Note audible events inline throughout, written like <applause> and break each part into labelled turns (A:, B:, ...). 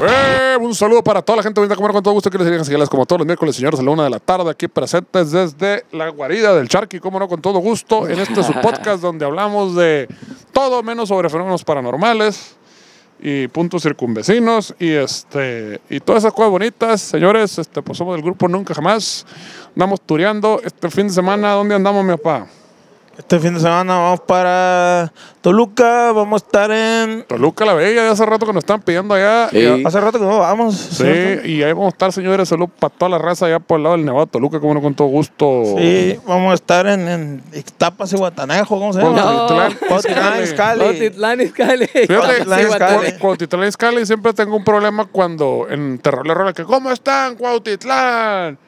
A: Eh, un saludo para toda la gente venida a comer con todo gusto. Que les digan seguirlas como todos los miércoles, señores, a la una de la tarde. Aquí presentes desde la guarida del Charqui, como no, con todo gusto. En este su podcast donde hablamos de todo menos sobre fenómenos paranormales y puntos circunvecinos y este y todas esas cosas bonitas señores este pues somos del grupo nunca jamás andamos tureando este fin de semana dónde andamos mi papá
B: Este fin de semana vamos para Toluca, vamos a estar en...
A: Toluca la Bella de hace rato que nos están pidiendo allá
C: Sí.
A: Y-
B: Hace rato que no vamos.
A: Sí,
B: ¿cierto?
A: y ahí vamos a estar, señores. Saludos para toda la raza allá por el lado del Nevado de Toluca, como no, con todo gusto.
B: Sí, vamos a estar en, en Ixtapas y Guatanejo, ¿cómo se llama?
C: No.
A: Cuautitlán,
B: Cuautitlán,
A: Izcalli.
B: Izcalli.
C: Cuautitlán, Izcalli.
A: Fíjate,
B: Cuautitlán, Izcalli.
A: Cu- Cuautitlán Izcalli siempre tengo un problema cuando en Terror le rola que ¿Cómo están, Cuautitlán?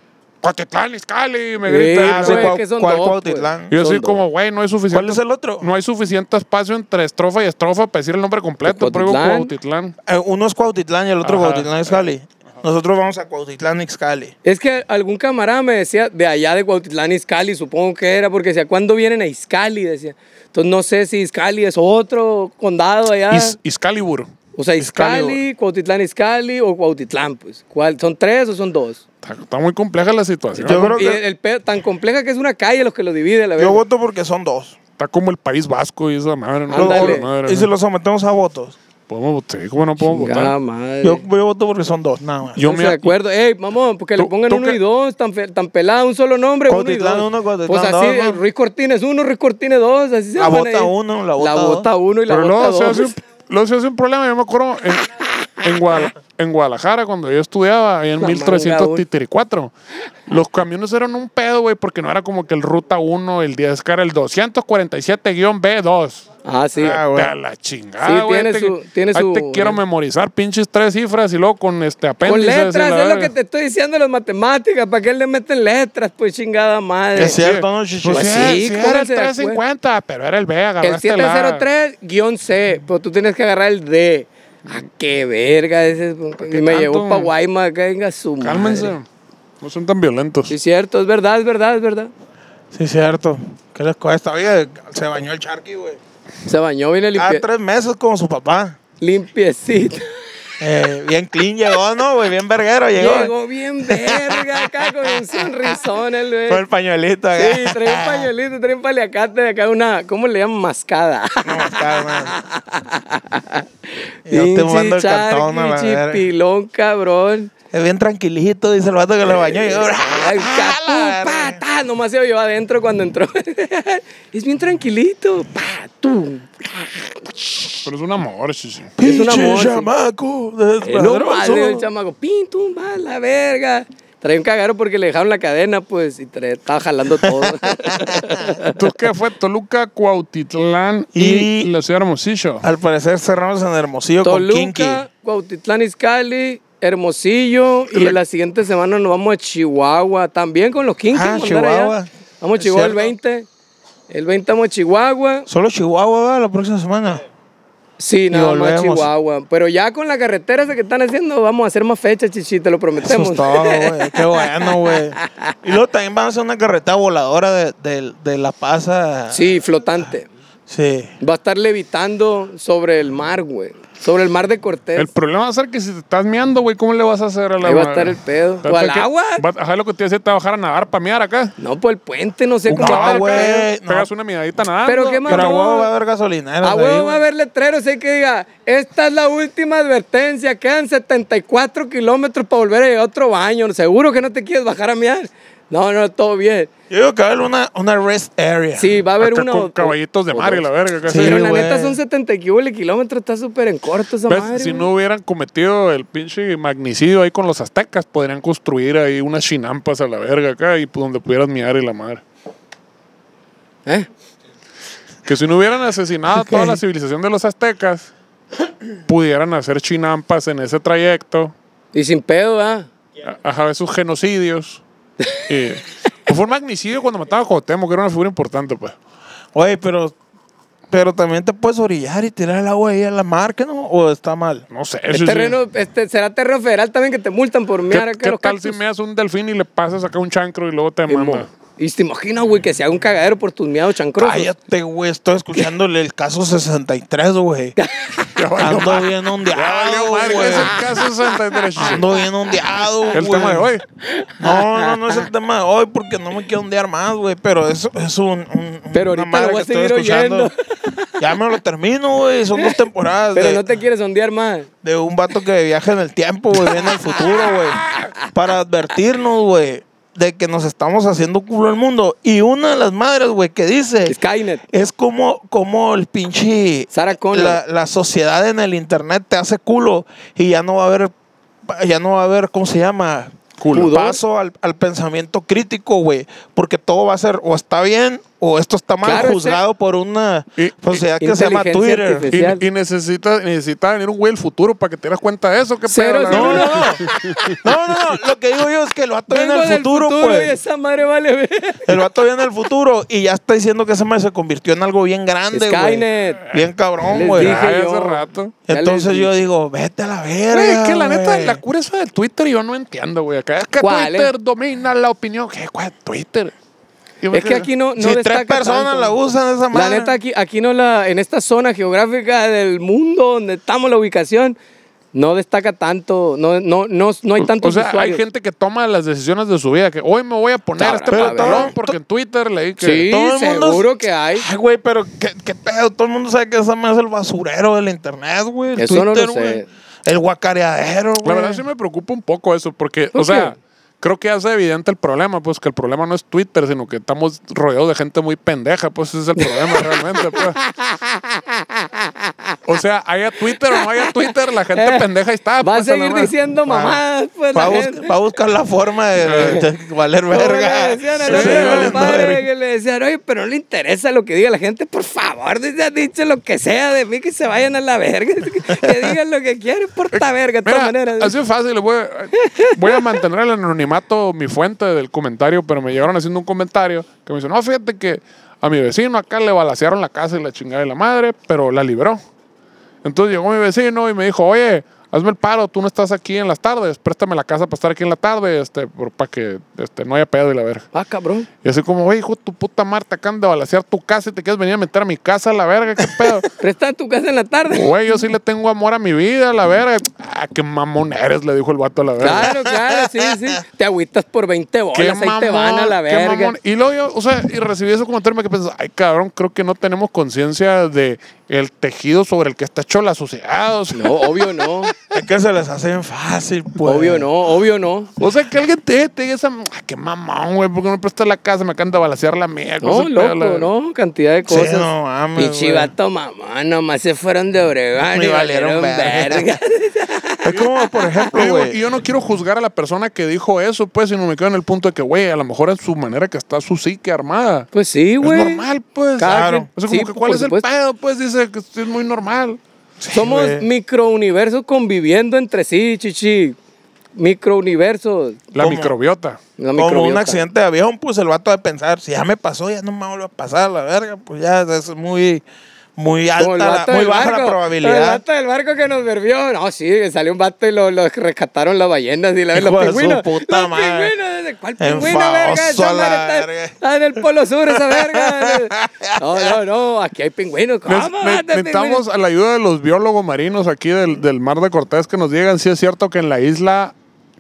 A: Cuautitlán Izcalli, me
C: Sí,
A: grita.
B: Ah,
C: no,
B: sí,
C: es
B: ¿cuál-
C: que son
B: cuál
C: dos,
B: Cuautitlán?
A: Y yo soy
C: son
A: como, güey, no hay suficiente.
B: ¿Cuál es el otro?
A: No hay suficiente espacio entre estrofa y estrofa para decir el nombre completo. Pero digo
C: Cuautitlán.
A: Cuautitlán.
B: Eh, uno es Cuautitlán y el otro
A: Ajá.
B: Cuautitlán Izcalli. Nosotros vamos a Cuautitlán Izcalli.
C: Es que algún camarada me decía de allá de Cuautitlán, Izcalli, supongo que era, porque decía, ¿cuándo vienen a Izcalli? Decía. Entonces no sé si Izcalli es otro condado allá.
A: Is- Excalibur.
C: o sea,
B: Izcalli,
C: Izcalli, Cuautitlán, Izcalli o Cuautitlán, pues. ¿Cuál? ¿Son tres o son dos?
A: Está, está muy compleja la situación.
B: Yo creo
C: Y
B: que-
C: el, el pe- tan compleja que es una calle los que lo divide, la
B: Yo
C: verdad.
B: voto porque son dos.
A: Está como el País Vasco y esa madre. No,
C: Ándale.
A: Esa madre,
B: y si
A: no.
B: lo sometemos a votos.
A: Podemos votar. ¿Cómo no podemos votar?
C: Ya, madre.
B: Yo, yo voto porque son dos, nada más.
A: Yo
C: Yo
A: me-
C: me de acuerdo. Ey, mamón, porque le
A: ¿Tú-
C: pongan
A: tú
C: uno
A: qué?
C: y dos, tan, fe- tan pelado, un solo nombre,
B: Cuautitlán
C: uno y
B: uno,
C: dos.
B: Cuautitlán
C: pues
B: dos,
C: así,
B: ¿no?
C: el Ruiz Cortines uno, Ruiz Cortines dos, así se
B: La
C: llaman
B: bota
C: ahí.
B: uno, la bota
C: La
B: dos.
C: bota uno y la
A: Pero
C: bota
A: luego se, hace un,
C: dos.
A: luego se hace un problema. Yo me acuerdo en, en, Guadala- en Guadalajara, cuando yo estudiaba, ahí en
C: La manga,
A: 1334, los camiones eran un pedo, güey, porque no era como que el Ruta 1, el 10, que era el 247-B2.
C: Ah, sí.
B: Ah, güey.
A: A la chingada,
C: Sí,
A: güey.
C: tiene
A: te-
C: su- tiene
A: ahí
C: su- eh.
A: te quiero memorizar pinches tres cifras y luego con este
C: Con
A: apéndices. y
C: letras,
A: la
C: es lo
A: verga.
C: que te estoy diciendo las matemáticas. ¿Para qué le meten letras? Pues chingada madre.
B: Es cierto, ¿no, Chichi?
A: Pues
C: Pues
A: sí,
C: sí,
A: sí, era el
C: cóbrense de
A: 350, pero era el B,
C: El
A: agarraste la-
C: 703-C, pues tú tienes que agarrar el D. Ah, qué verga. Ese,
A: qué
C: y me
A: tanto?
C: llevó pa' Guayma, acá, venga su madre.
A: Cálmense. No son tan violentos.
C: Sí, cierto, es verdad, es verdad, es verdad.
B: Sí, cierto. ¿Qué les cuesta? Oye, se bañó el charqui, güey.
C: Se bañó bien
B: Cada
C: limpie...
B: tres meses como su papá.
C: limpiecito.
B: Eh, bien clean llegó, ¿no, güey? Bien verguero <laughs> llegó.
C: Llegó bien verga acá con un sonrisón el
B: Con el
C: güey.
B: pañuelito acá.
C: Sí, trae un pañuelito, trae un paliacate de acá, una, ¿cómo le llaman? Mascada.
B: <laughs> No, está, man. Y <laughs>
C: <laughs>
B: yo te mando el cartón a la verga.
C: chipilón, cabrón.
B: Es bien tranquilito, dice el vato que lo bañó. Y yo, <laughs>
C: Ay,
B: ¡Ah, la
C: capú, pa,
B: verga!
C: ta, nomás se oyó adentro cuando entró. <laughs> es bien tranquilito. Pa, tú.
A: Pero es un amor, sí, sí.
C: Es un amor,
B: Pinche
C: sí.
B: chamaco!
C: El
B: desmadroso.
C: Eh, el chamaco. Pin, tumba, la verga. Trae un cagaro porque le dejaron la cadena, pues, y trae- estaba jalando todo.
B: <laughs>
A: ¿Tú qué fue? Toluca, Cuautitlán y,
B: Y- Ah,
A: la ciudad de Hermosillo.
B: Al parecer cerramos en Hermosillo con Kinky.
C: Toluca, Cuautitlán Izcalli, Hermosillo y la siguiente semana nos vamos a Chihuahua, también con los Kinky.
B: Ah,
C: vamos a andar allá.
B: Chihuahua.
C: Vamos a
B: Es
C: Chihuahua el
B: cierto.
C: 20. El 20 vamos a Chihuahua.
B: Solo Chihuahua ¿verdad? la próxima semana.
C: Sí, nada más
B: volvemos.
C: Chihuahua. Pero ya con la carretera esa que están haciendo, vamos a hacer más fechas, chichi, te lo
B: Eso
C: prometemos.
B: es todo,
C: <laughs>
B: güey. Qué bueno, güey. Y luego también van a hacer una carretera voladora de, de- de La Paz a-
C: sí, flotante.
B: Sí.
C: Va a estar levitando sobre el mar, güey. Sobre el mar de Cortés.
A: El problema va a ser que si te estás meando, güey, ¿cómo le vas a hacer a la
C: Ahí va a
A: madre?
C: estar el pedo.
A: Tal
C: ¿O
A: vez
C: al
A: que-
C: agua?
A: va- ajá, lo que te decía, te va a bajar a nadar para mear acá.
C: No, por el puente, no sé
A: Un
C: cómo
B: No,
C: va a
A: caballo,
B: güey,
C: estar. ¿eh?
A: acá,
B: no.
A: Pegas una miadita nadando.
C: Pero qué
B: Pero a huevo
C: mamón.
B: va a haber gasolineras. ahí,
C: A Ah, huevo va
B: güey.
C: a haber letreros ahí que diga, esta es la última advertencia, quedan 74 kilómetros para volver a llegar a otro baño, seguro que no te quieres bajar a miar. No, no, todo bien.
B: Yo digo que va a haber una, una rest area.
C: Sí, va a haber
A: Acá
C: uno.
A: con
C: o-
A: caballitos de
C: o
A: mar y
C: dos.
A: la verga. acá.
B: Sí,
C: Pero
A: Sí,
C: la
B: güey.
C: neta son 70 que hubo el kilómetro, está súper en corto esa
A: ¿Ves?
C: madre.
A: Si
C: güey.
A: no hubieran cometido el pinche magnicidio ahí con los aztecas, podrían construir ahí unas chinampas a la verga acá y pues, donde pudieras miar y la madre.
C: ¿Eh?
A: Que si no hubieran asesinado a toda la civilización de los aztecas, pudieran hacer chinampas en ese trayecto.
C: Y sin pedo, ¿ah?
B: Y
A: Ajá, de sus genocidios. Y- pues fue un magnicidio cuando mataba a Cuauhtémoc, que era una figura importante, pues.
B: Oye, pero, pero también te puedes orillar y tirar el agua ahí a la marca, ¿no? ¿O está mal?
A: No sé.
C: Es
A: eso sí.
C: terreno, este, será terreno federal también que te multan por
A: ¿Qué,
C: mirar acá
A: qué
C: los
A: tal si
C: cactus?
A: me hace un delfín y le pasas acá un chancro y luego te
C: <laughs>
A: manda?
C: Y se imagina, güey, que se haga un cagadero por tus miados chancrosos.
B: Cállate, güey. Estoy escuchándole el caso 63,
C: <laughs>
B: güey. Ando bien
A: <laughs>
B: ondeado, güey.
A: es el caso 63.
B: Ando bien ondeado,
C: <laughs>
B: güey.
A: El tema de hoy.
B: No, no, no es el tema de hoy porque no me quiero ondear más, güey. Pero es, es un, un-
C: Pero
B: una
C: ahorita lo
B: madre
C: voy a
B: que estoy
C: seguir
B: escuchando.
C: oyendo.
B: Ya me lo termino, güey. Son dos temporadas
C: Pero
B: de,
C: no te quieres ondear más.
B: de un vato que viaja en el tiempo, güey. Viene al futuro, güey. Para advertirnos, güey, de que nos estamos haciendo culo el mundo. Y una de las madres, güey, que dice...
C: Skynet.
B: Es como, como el pinche.
C: Sarah Connor.
B: La, la sociedad en el internet te hace culo y ya no va a haber. Ya no va a haber, ¿cómo se llama?
C: Culo. Pudor.
B: Paso al, al pensamiento crítico, güey. Porque todo va a ser o está bien o esto está mal
C: Claro,
B: juzgado por una
A: Y-
B: sociedad que se llama
C: Inteligencia
B: Twitter.
C: artificial.
A: Y, y necesita, necesita venir un güey del futuro para que te das cuenta de eso. ¿Qué
C: Cero,
A: pedo, la
C: cero,
B: No, no,
C: <laughs>
A: verdad?
B: no. No, no, no. Lo que digo yo es que el vato viene
C: Vengo
B: en el
C: del
B: futuro, pues.
C: y esa madre vale ver.
B: El vato viene en el futuro y ya está diciendo que ese madre se convirtió en algo bien grande, güey.
C: Skynet.
B: Bien cabrón,
C: Les
B: güey.
C: dije
A: Ay,
C: yo.
A: hace rato.
C: Ya les
B: Entonces
C: dije.
B: yo digo, vete a la verga.
A: Güey, es que la neta,
B: güey.
A: la cura esa de Twitter yo no entiendo, güey. Acá es que
C: ¿Cuál,
A: Twitter
C: eh?
A: domina la opinión. ¿Qué, güey? Twitter. Yo me
C: Es que
A: quedo-
C: aquí no, no
B: si tres
C: destaca
B: personas
C: tanto.
B: la usan esa
C: La
B: madre.
C: neta, aquí, aquí no la, en esta zona geográfica del mundo donde estamos, la ubicación, no destaca tanto, no, no, no, no hay tantos
A: O sea,
C: usuarios.
A: hay gente que toma las decisiones de su vida. Que hoy me voy a poner
C: Cabra,
A: este
C: pero
A: pantalón
C: todo-
A: porque en Twitter leí que...
C: Sí,
B: todo el mundo-
C: seguro que hay.
B: Ay, güey, pero ¿qué, qué pedo. Todo el mundo sabe que esa madre es el basurero del internet, güey. El
C: Eso no lo
B: Twitter,
C: sé.
B: güey. El guacareadero,
A: La
B: güey.
A: verdad sí me preocupa un poco eso, porque,
C: ¿Por
A: o sea,
C: qué?
A: creo que hace evidente el problema, pues que el problema no es Twitter, sino que estamos rodeados de gente muy pendeja, pues ese es el problema
C: <laughs>
A: realmente, pues. O sea, haya Twitter o no haya Twitter, la gente
C: Eh,
A: pendeja ahí está.
C: Va a
A: pues, la
C: seguir
A: madre.
C: diciendo mamadas, pues,
B: Va a,
C: la
B: bus-
C: gente.
B: va a buscar la forma de, de- de valer
C: Como
B: verga.
C: Le decían
B: Sí,
C: al otro
B: valiendo
C: compadre
B: verga.
C: que le decían, oye, pero no le interesa lo que diga la gente, por favor, dice, ha dicho lo que sea de mí, que se vayan a la verga, <laughs> que, que digan lo que quieren, porta verga, de todas
A: Mira,
C: maneras. ¿eh?
A: así de fácil, voy, a- eh, voy a mantener el anonimato, mi fuente del comentario, pero me llegaron haciendo un comentario que me dice, no, fíjate que a mi vecino acá le balacearon la casa y la chingada de la madre, pero la libró. Entonces llegó mi vecino y me dijo, oye, hazme el paro, tú no estás aquí en las tardes, préstame la casa para estar aquí en la tarde, este, para que este, no haya pedo y la verga.
C: Ah, cabrón.
A: Y así como, oye, hijo, de tu puta madre, te acaban de balacear tu casa y te quieres venir a meter a mi casa, la verga, qué
C: <laughs>
A: pedo.
C: Presta en tu casa en
A: <laughs>
C: la tarde.
A: Güey, yo sí le tengo amor a mi vida, la verga. Ah, qué mamón eres, le dijo el vato a la verga.
C: Claro, claro, sí, sí. Te agüitas por 20 bolas,
A: Qué
C: ahí te van a la
A: qué
C: verga.
A: mamón. Y luego yo, o sea, y recibí eso como término que pensas, ay, cabrón, creo que no tenemos conciencia de el tejido sobre el que está hecho la sociedad. O sea,
C: No, obvio no.
B: Es que se les hace bien fácil, pues.
C: Obvio no, obvio no.
A: o sea, que alguien te, te diga esa, "Ah, qué mamón, güey, porque no presta la casa, me encanta balasear la mía.
C: No, loco, no, cantidad de
B: Sí,
C: cosas.
B: no mames,
C: Pinche
B: güey.
C: vato mamá, nomás se fueron de Obregón
B: Me
C: y
B: valieron
C: valieron verga.
B: verga. <laughs> Es como, por ejemplo,
A: Y
B: güey.
A: yo no quiero juzgar a la persona que dijo eso, pues, sino me quedo en el punto de que, güey, a lo mejor es su manera que está su psique armada.
C: Pues sí,
A: es
C: güey.
A: normal, pues.
C: Cada
A: Claro.
C: quien-
A: O sea, como
C: sí,
A: que, ¿cuál
C: por
A: es el
C: supuesto.
A: pedo? Pues dice que esto es muy normal.
C: Somos
B: güey.
C: microuniversos conviviendo entre sí, chichi. Microuniversos.
A: La
B: ¿Cómo?
A: microbiota.
C: La
B: Como un
C: microbiota.
B: accidente de avión, pues el vato de pensar, si ya me pasó, ya no me vuelve a pasar, la verga, pues ya es muy, muy alta,
C: Como el
B: la-
C: vato
B: muy
C: del
B: baja la
C: barco, El
B: probabilidad.
C: vato del barco que nos verbió. No, sí, salió un vato y lo, lo rescataron las ballenas y la,
B: Hijo
C: los
B: de su
C: pingüinos.
B: puta
C: los
B: madre.
C: pingüinos. ¿desde ¿Cuál pingüino,
B: Enfadoso
C: verga? Esa
B: la
C: madre está-
B: verga.
C: está en el polo sur, esa verga. No, no, no, aquí hay pingüinos. ¿Cómo?
A: Ne-
C: <laughs>
A: ne-
C: mata pingüinos?
A: necesitamos a la ayuda de los biólogos marinos aquí del, del Mar de Cortés que nos digan si es cierto que en la isla.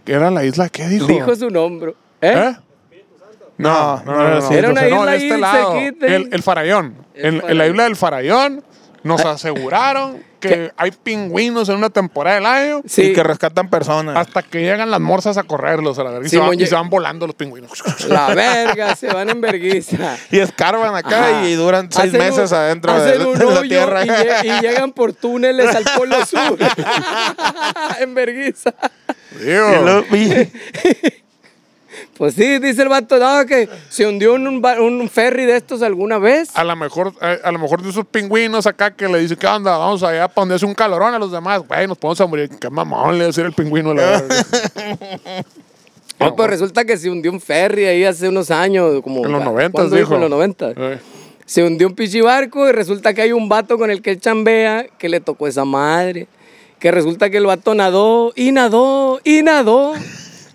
A: ¿que ¿Era la isla qué dijo?
C: Dijo su nombre. ¿Eh?
A: ¿Eh? No, no, no, no, no,
C: Era una
A: no,
C: isla
A: de
C: ahí
A: este lado.
C: cerquita ahí.
A: El, el Farallón.
C: El
A: en, en la
C: Farallón.
A: isla del Farallón nos
C: <laughs>
A: aseguraron que hay pingüinos en una temporada del año
C: Sí.
B: Y que rescatan personas.
A: hasta que llegan las morsas a correrlos a la verga y, se
C: Simón,
A: van, y
C: lle-
A: se van volando los pingüinos.
C: La verga, se van en verguiza.
B: y escarban acá
C: Ajá.
B: y duran seis
C: Hacen un-
B: meses adentro de,
C: hacen
B: la-
C: un
B: de la
C: hoyo
B: tierra.
C: Y, lle- y llegan por túneles al Polo Sur. <laughs> en verguiza.
A: <laughs> Digo,
B: <laughs> Y lo- y-
C: Pues sí, dice el vato, no, que se hundió un, un ba- un ferry de estos alguna vez.
A: A lo mejor, a, a lo mejor de esos pingüinos acá que le dicen, ¿qué onda? Vamos allá para donde hace
C: <laughs>
A: un calorón a los demás. Güey, nos podemos a morir. Qué mamón le va a decir el pingüino. a La verga.
C: No, pues resulta que se hundió un ferry ahí hace unos años, como...
A: En los
C: ¿cu-
A: 90,
C: ¿cuándo
A: dijo.
C: En los 90.
A: Eh.
C: Se hundió un pichibarco y resulta que hay un vato con el que él chambea que le tocó esa madre. Que resulta que el vato nadó y nadó y nadó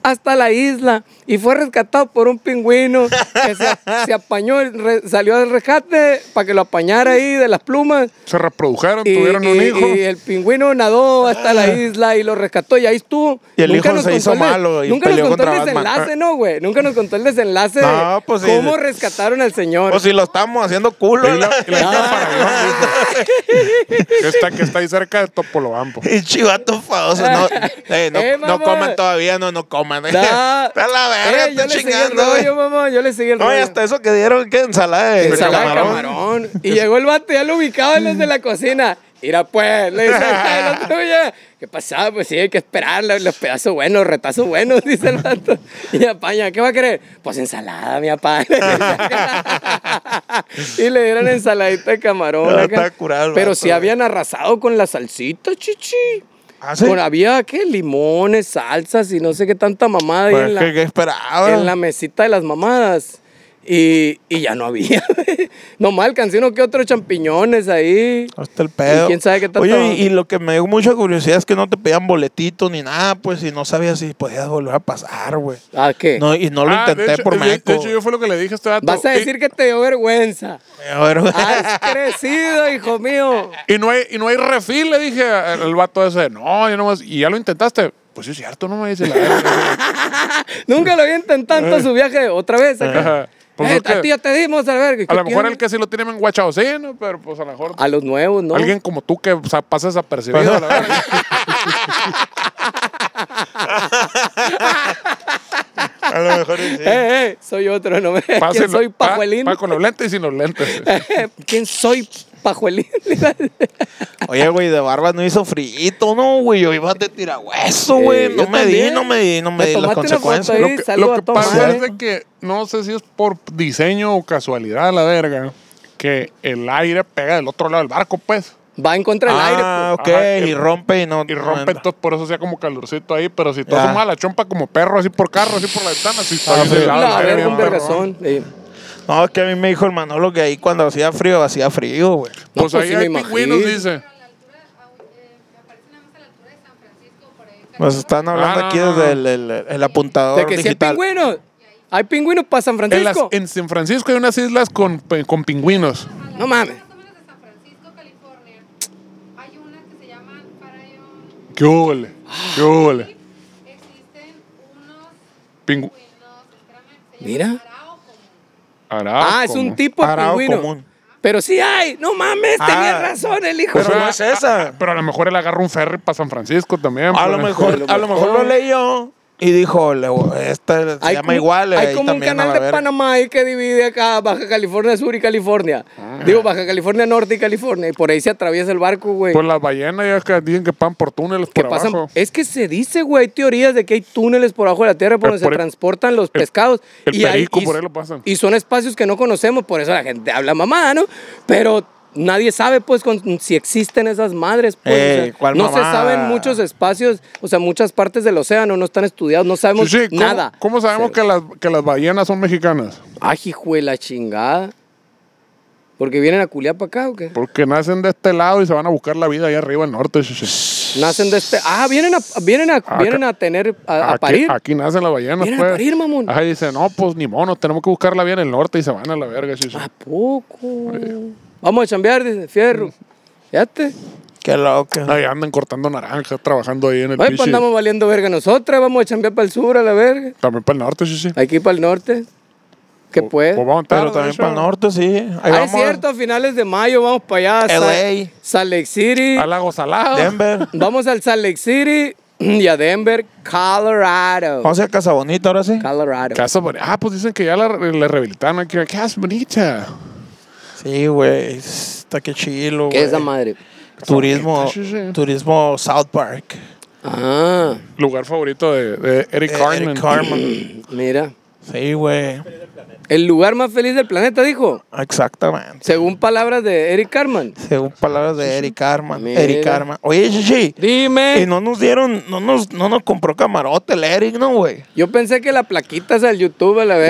C: hasta la isla y fue rescatado por un pingüino que se, se apañó, el re- salió al rescate para que lo apañara ahí de las plumas.
A: Se reprodujeron,
C: Y,
A: tuvieron un
C: y-
A: hijo.
C: y eh. el pingüino nadó hasta la isla y lo rescató y ahí estuvo.
B: Ah. Y el hijo
C: nos
B: se
C: contó
B: hizo
C: el de-
B: malo y
C: Nunca nos
B: peleó
C: contó el
B: contra Batman.
C: desenlace, ¿no, güey? Nunca nos contó el desenlace
B: No, pues, sí. Pues
C: de cómo rescataron al señor.
B: O si lo estamos haciendo culo.
A: Y la,
C: Ah.
B: la-
A: y la hija para Dios, dijo. que, está, que está ahí cerca de Topolobampo.
B: Y chivato famoso,
C: <laughs>
B: no, eh, no,
C: Eh,
B: no
C: mamá.
B: coman todavía, no, no coman. <laughs> eh.
C: Da.
B: Está la verga,
C: Eh, yo
B: está
C: le seguí el
B: chingando. eh.
C: rollo, mamá, yo le seguí el
B: No, y
C: rollo.
B: hasta eso que dieron, ¿qué? Ensalada de,
C: Ensalada de
B: camarón.
C: camarón. Y llegó el vato, ya lo ubicaban los de la cocina. Mira pues, le dice el otro, "Oye, ¿qué pasaba? Pues sí, hay que esperar los, los pedazos buenos, los retazos buenos, <laughs> dice el vato. Y apaña, ¿qué va a querer? Pues ensalada, mi papá. <laughs> y le dieron ensaladita de camarón.
B: Ah,
C: acá.
B: está curado el
C: Pero
B: vato,
C: si
B: güey.
C: habían arrasado con la salsita, chichi.
B: Ah, ¿sí?
C: Con- había, ¿qué? Limones, salsas y no sé qué tanta mamada ahí
B: Pues,
C: en la
B: ¿qué, qué esperaba?
A: Ah.
C: en la mesita de las mamadas. Y, y ya no había. <laughs> Nomás alcancé uno que otro champiñones ahí.
B: Hasta el pedo.
C: Y quién sabe qué tanto-
B: Oye, y, y lo que me dio mucha curiosidad es que no te pedían boletito ni nada, pues, y no sabías si podías volver a pasar, güey.
C: ¿A qué?
B: No, y <laughs> no lo
A: Ah, de
B: intenté
A: hecho-
B: por
A: de,
B: meco.
A: de hecho, yo fue lo que le dije a este vato.
C: Vas a
A: Y-
C: decir que te dio vergüenza.
B: A ver, güey.
A: <laughs>
C: Has crecido, hijo mío.
A: Y no hay, y no hay refil, le dije al al vato ese. No, yo nomás. Y ya lo intentaste. Pues sí, es cierto, no me dice la
C: <laughs>
A: verga.
C: Nunca lo había intentado en todo su viaje. Otra vez acá.
A: Ajá. Pues
C: Eh,
A: es que-
C: a ti ya te dimos, a ver. ¿qué
A: A lo mejor
C: tiene?
A: el que sí lo tiene enguachado, sí, ¿no? Pero pues a lo mejor.
C: A los nuevos, ¿no?
A: Alguien como tú que o sea, pasa desapercibido, la verga.
B: <laughs> A lo mejor y sí.
C: Eh, eh, soy otro, no <laughs> me...
A: Pásenlo-
C: ¿Quién soy,
A: pa-
C: Pajuelín?
A: pa- con los lentes y sin los lentes.
C: <laughs> ¿Quién soy, Pajuelín? <laughs>
B: Oye, güey, de barba no hizo frito, no, güey. Yo iba de tirahueso, güey.
C: Eh,
B: no
C: yo
B: me di,
C: también.
B: no me di, no me
C: Me
B: di las
C: tomaste una foto
B: consecuencias.
C: ahí.
A: Lo que,
C: saludo
A: lo
C: a
A: que
C: toda
A: pasa
C: madre.
A: es de que no sé si es por diseño o casualidad, la verga, que el aire pega del otro lado del barco, pues.
C: Va en contra del aire. pues.
B: Ah, ok.
A: Ajá, y-
B: y rompe y no.
A: Y rompe,
B: no-
A: entonces por eso hacía como calorcito ahí, pero si tú
B: Ya.
A: asomas la chompa como perro, así por carro, así por la ventana, si está
B: Ah,
A: bien
B: sí.
A: del lado del
C: La
A: aire,
C: verga,
A: bien
C: un
A: perrón.
C: vergazón. Eh,
B: No, es que a mí me dijo el Manolo que ahí cuando hacía frío, hacía frío, güey.
C: No,
A: Pues
C: pues
A: ahí
C: sí
A: hay
C: me
A: pingüinos,
C: imagino.
A: dice.
D: a la altura, a, eh, me parece nada más a la altura de San Francisco, por ahí.
B: Nos están hablando
A: Ah, no,
B: aquí
A: no,
B: desde
A: no.
B: el, el- el apuntador
C: De que si hay
B: digital.
C: pingüinos. Hay pingüinos para San
A: En, las-
C: Francisco.
A: en San Francisco hay unas islas con, pe- con pingüinos.
D: A la
C: No
D: altura
C: mames.
D: Más o menos de San Francisco, California. Hay una que se llama Parayon.
A: ¡Qué ole! ¡Qué ole!
D: Existen unos
A: Pingu-
D: pingüinos, espérame, se
C: Mira.
D: llaman Arauco.
A: Arauco,
C: Ah, es un
A: ¿no?
C: tipo de
B: Arao
C: pingüino.
B: común.
C: Pero sí hay. No mames,
B: Ah.
C: tenía razón el hijo.
B: Pero
C: de-
B: no es esa.
A: Pero a lo mejor él agarra un ferry para San Francisco también.
B: A lo
A: pues.
B: mejor, a lo mejor lo leyó y dijo, le- esta se
C: Hay
B: llama
C: como-
B: igual.
C: Hay
B: ahí
C: como un
B: también a
C: canal
B: la
C: de
B: verga.
C: Panamá ahí que divide acá Baja California Sur y California.
B: Ah.
C: Digo, Baja California Norte y California. Y por ahí se atraviesa el barco, güey.
A: Pues las ballenas ya que dicen que pasan por túneles
C: que
A: por
C: pasan-
A: abajo.
C: Es que se dice, güey, hay teorías de que hay túneles por abajo de la tierra por
A: El
C: donde se
A: Eh, por-
C: transportan los
A: el-
C: pescados.
A: el
C: y hay-
A: perico
C: y-
A: por ahí lo pasan.
C: Y son espacios que no conocemos, por eso la gente habla mamada, ¿no? Pero nadie sabe, pues, con- si existen esas madres. Pues,
A: Eh,
B: Ey, ¿cuál
C: no se
B: mamada?
C: saben muchos espacios, o sea, muchas partes del océano no están estudiados, no sabemos
A: Sí, sí, ¿cómo-
C: nada.
A: ¿Cómo sabemos que las, que las ballenas son mexicanas?
C: Ay, hijo de la chingada. ¿Porque vienen a culiar para acá o qué?
A: Porque nacen de este lado y se van a buscar la vida allá arriba al norte. sí, sí.
C: Nacen de este. Ah, vienen a, vienen a,
A: Acá-
C: vienen a tener. a- a
A: aquí,
C: parir.
A: Aquí nacen las ballenas.
C: Vienen a
A: pues.
C: parir, mamón.
A: Ajá, y dicen, no, pues ni mono, tenemos que buscarla bien en el norte y se van a la verga. sí, sí.
C: ¿A poco? Vamos a chambear, dice Fierro. Fíjate.
B: Qué loco.
A: Ahí andan cortando naranjas, trabajando ahí en el
C: Oye, pues
A: pichi.
C: andamos valiendo verga nosotras, vamos a chambear para el sur a la verga.
A: También para el norte, sí, sí.
C: Aquí para el norte. ¿Qué puede?
A: Pues vamos tarde,
B: Pero también
A: de hecho.
B: para el norte, sí. Ahí
C: Ah,
B: vamos.
C: es cierto, a finales de mayo vamos para allá. a Sa-
B: LA.
C: Salt Lake City. Ah,
A: Al lago salado.
C: <laughs>
B: Denver.
C: Vamos al Salt Lake City y a Denver, Colorado.
B: Vamos a ir a Casabonita ahora sí.
C: Colorado.
A: Casa Boni- Ah, pues dicen que ya la, la rehabilitaron aquí. Casa bonita.
B: Sí, güey. Está que chilo,
C: ¿Qué es esa
B: güey.
C: madre?
B: Turismo,
A: Ah, Sí, sí.
B: turismo South Park.
C: Ah, <clears throat>
A: Lugar favorito de, de Eric
B: Eh,
A: Carmen.
B: Eric Carmen.
C: mira.
B: Sí, güey.
C: El lugar más feliz del planeta, dijo.
B: Exactamente.
C: Según palabras de Eric Carman.
B: Según palabras de Eric Arman.
C: Mira.
B: Eric Arman. Oye, Shishi.
C: Dime.
B: Y no nos dieron, no nos, no nos compró camarote el Eric, ¿no, güey?
C: Yo pensé que la plaquita es al YouTube, a la
A: Güey,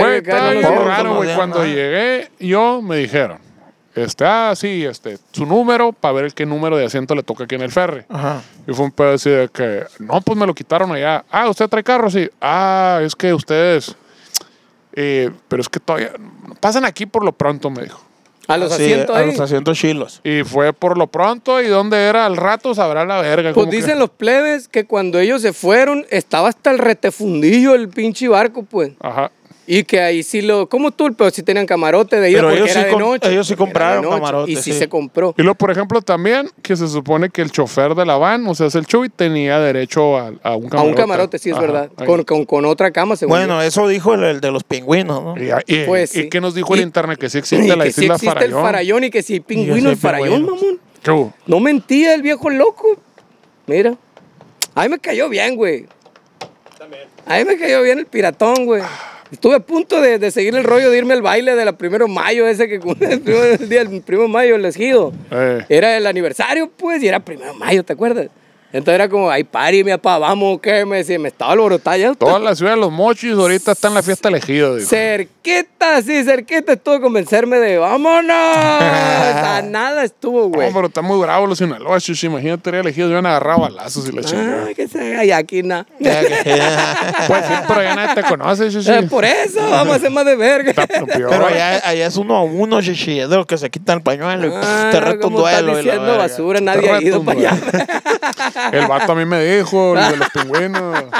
A: está
C: verga. acá no
A: bien
C: nos
B: sé,
A: raro,
B: no
A: güey.
B: sé
A: Cuando
B: nada.
A: llegué, yo me dijeron, este, ah, sí, este, su número para ver qué número de asiento le toca aquí en el ferry.
B: Ajá.
A: Y fue un pedo así de que, no, pues me lo quitaron allá. Ah, ¿usted trae carro? Sí. Ah, es que ustedes, eh, pero es que todavía, pasan aquí por lo pronto, me dijo.
C: A los
B: Sí,
C: asientos
B: a
C: ahí.
B: los asientos chilos.
A: Y fue por lo pronto y donde era al rato sabrá la verga.
C: Pues
A: como que-
C: dicen los plebes que cuando ellos se fueron estaba hasta el retefundillo el pinche barco, pues.
A: Ajá.
C: Y que ahí sí lo. ¿Cómo tú? Pero sí tenían camarote de ida
B: Pero
C: porque
B: ellos
C: era
B: sí
C: de
B: com-
C: noche.
B: ellos sí
C: porque era de
B: compraron camarote,
C: Y sí,
B: sí.
C: se compró.
A: Y luego, por ejemplo, también que se supone que el chofer de la van, o sea, es el Chuy, tenía derecho a, a un camarote.
C: A un camarote, sí es
A: Ajá,
C: verdad.
A: ahí.
C: Con, con, con otra cama, según
B: Bueno,
C: <laughs>
B: eso dijo el, el de los pingüinos, ¿no?
A: Y, y-
C: Pues
A: y
C: sí.
A: que nos dijo el
C: Y-
A: internet que sí
C: yo. <laughs>
A: existe
C: Y
A: la
C: que sí
A: isla
C: existe el farallón y que sí hay
B: Y
C: pingüino
B: que
C: el
B: sí hay
C: farallón,
B: pingüinos.
C: mamón.
A: ¿Qué hubo?
C: No mentía el viejo loco. Mira. A mí me cayó bien, güey. A mí me cayó bien el piratón, güey. Estuve a punto de, de seguir el rollo de irme al baile de la primero de mayo, ese que cum- <laughs> el primero, el día del primero de mayo, el ejido.
A: Eh.
C: Era el aniversario, pues, y era primero de mayo, ¿te acuerdas? Entonces era como, ay, pari, mi papá, vamos, ¿qué? Me decía, me estaba alborotada ya.
A: Toda la ciudad de los mochis ahorita está en la fiesta elegida. dijo.
C: Cerquita, sí, cerquita estuvo convencerme de, vámonos.
A: <laughs>
C: A nada estuvo,
A: No,
C: güey.
A: pero está muy bravo los Sinaloa, chuchi. Imagínate, era elegido, yo agarrado balazos y la chingada.
C: Ay, Ah, que se haga, y aquí nada. <laughs>
A: Pues sí, pero ya nadie te conoce, chuchi.
C: Eh, por eso, vamos a hacer más de verga.
A: Está lo peor.
B: <laughs> Pero allá, allá es uno a uno, Shishi. Es de los que se quitan el pañuelo y
C: <laughs> Ah,
B: pff, te reto un
C: ¿cómo estás
B: duelo. y la
C: diciendo
B: verga.
C: basura,
B: Te
C: nadie ha
B: reto
C: ido
B: un
C: para
B: duelo.
C: allá. <laughs>
A: El vato a mí me dijo, el de los pingüinos.
C: <laughs>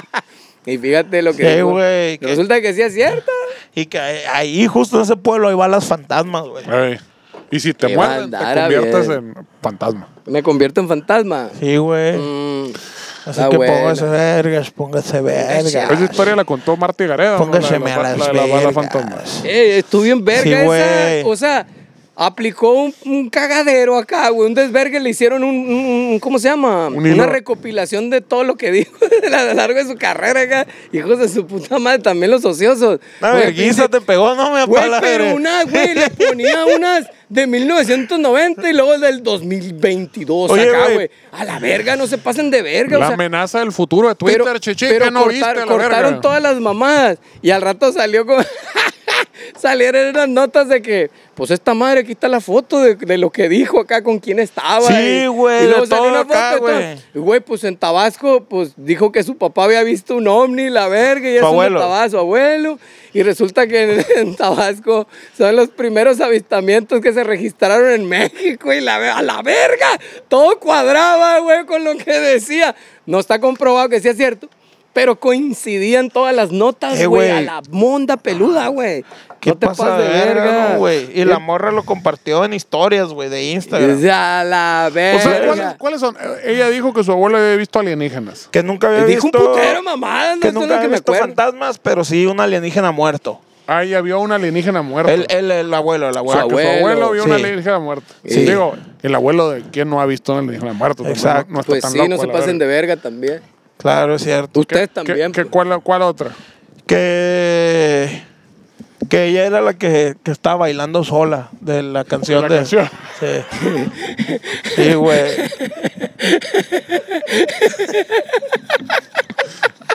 C: Y fíjate lo que.
B: Sí,
C: digo.
B: güey, que-
C: Resulta que sí es cierto.
B: Y que ahí- ahí, justo en ese pueblo, ahí van las fantasmas, güey.
A: Ey, Y si te
C: Qué
A: muerden, te
C: bandara,
A: conviertes
C: bien.
A: en fantasma.
C: Me convierto en fantasma.
B: Sí, güey.
C: Mm,
B: Así
C: está
B: que
C: buena.
B: póngase vergas, póngase vergas.
A: Pues Esa historia la contó Marta Gareda.
B: Póngaseme a las
A: la, de la bala fantasma.
B: vergas.
C: Eh, estuvo bien verga
B: Sí, güey.
C: esa. O sea, aplicó un, un cagadero acá, güey. Un desvergue le hicieron un. un- un- ¿Cómo se llama?
A: Un hilo.
C: Una recopilación de todo lo que dijo <laughs> a lo largo de su carrera acá. Hijos de su puta madre, también los ociosos.
B: Una
C: Güey,
B: verguiza te pegó, no me
C: Güey,
B: apala,
C: pero
B: verga.
C: una, güey, le ponía unas de 1990 y luego del 2022
B: Oye,
C: acá,
B: güey.
C: güey. A la verga, no se pasen de verga,
A: La
C: o sea.
A: amenaza del futuro de Twitter, chichi,
C: pero
A: que no viste
C: cortar-
A: a la
C: cortaron
A: verga.
C: todas las mamadas y al rato salió como... <laughs> Salieron unas notas de que, pues esta madre, aquí está la foto de, de lo que dijo acá, con quién estaba.
B: Sí,
C: y-
B: güey,
C: Y luego
B: de
C: salió
B: todo
C: una foto
B: acá,
C: y todo.
B: güey.
C: Y, Güey, pues en Tabasco, pues dijo que su papá había visto un ovni, la verga, y eso
B: abuelo.
C: no estaba su abuelo. Y resulta que en, <laughs> en Tabasco son los primeros avistamientos que se registraron en México, y la, ve- a la verga, todo cuadraba, güey, con lo que decía. No está comprobado que sea cierto. Pero coincidían todas las notas,
B: Eh,
C: güey, a
B: güey. Ah,
C: la monda peluda, güey.
B: <laughs> ¿Qué
C: no te
B: pasa
C: pases de verga,
B: no, güey? Y la morra lo compartió en historias, güey, de Instagram.
C: Y- A la verga.
A: O sea, ¿cuáles, cuáles son? Eh, Ella dijo que su abuela había visto alienígenas.
B: Que nunca había
C: Dijo un
B: visto...
C: putero mamadas, no
B: que
C: Eso es
B: nunca
C: lo que
B: había
C: me
B: visto
C: acuerdo.
B: fantasmas, pero sí un alienígena muerto.
A: Ah, ella vio un alienígena muerto.
B: El, el, el abuelo, el
A: O sea,
B: abuelo.
C: Su
A: que su
C: abuelo,
A: abuelo vio una
B: sí.
A: alienígena muerta.
C: Sí.
A: Digo, el abuelo de quién no ha visto una alienígena muerta. No-
B: Exacto.
A: No, está
C: Pues
A: tan
C: sí,
A: loco,
C: no
A: a
C: se
A: la
C: pasen
A: verga.
C: de verga también.
B: Claro, es cierto.
C: Ustedes
A: ¿Qué-
C: también.
A: qué-
C: pues.
A: cuál, cuál otra?
B: Que... Que ella era la que, que estaba bailando sola de la canción
A: La
B: de...
A: canción.
B: Sí. Sí, güey. <laughs>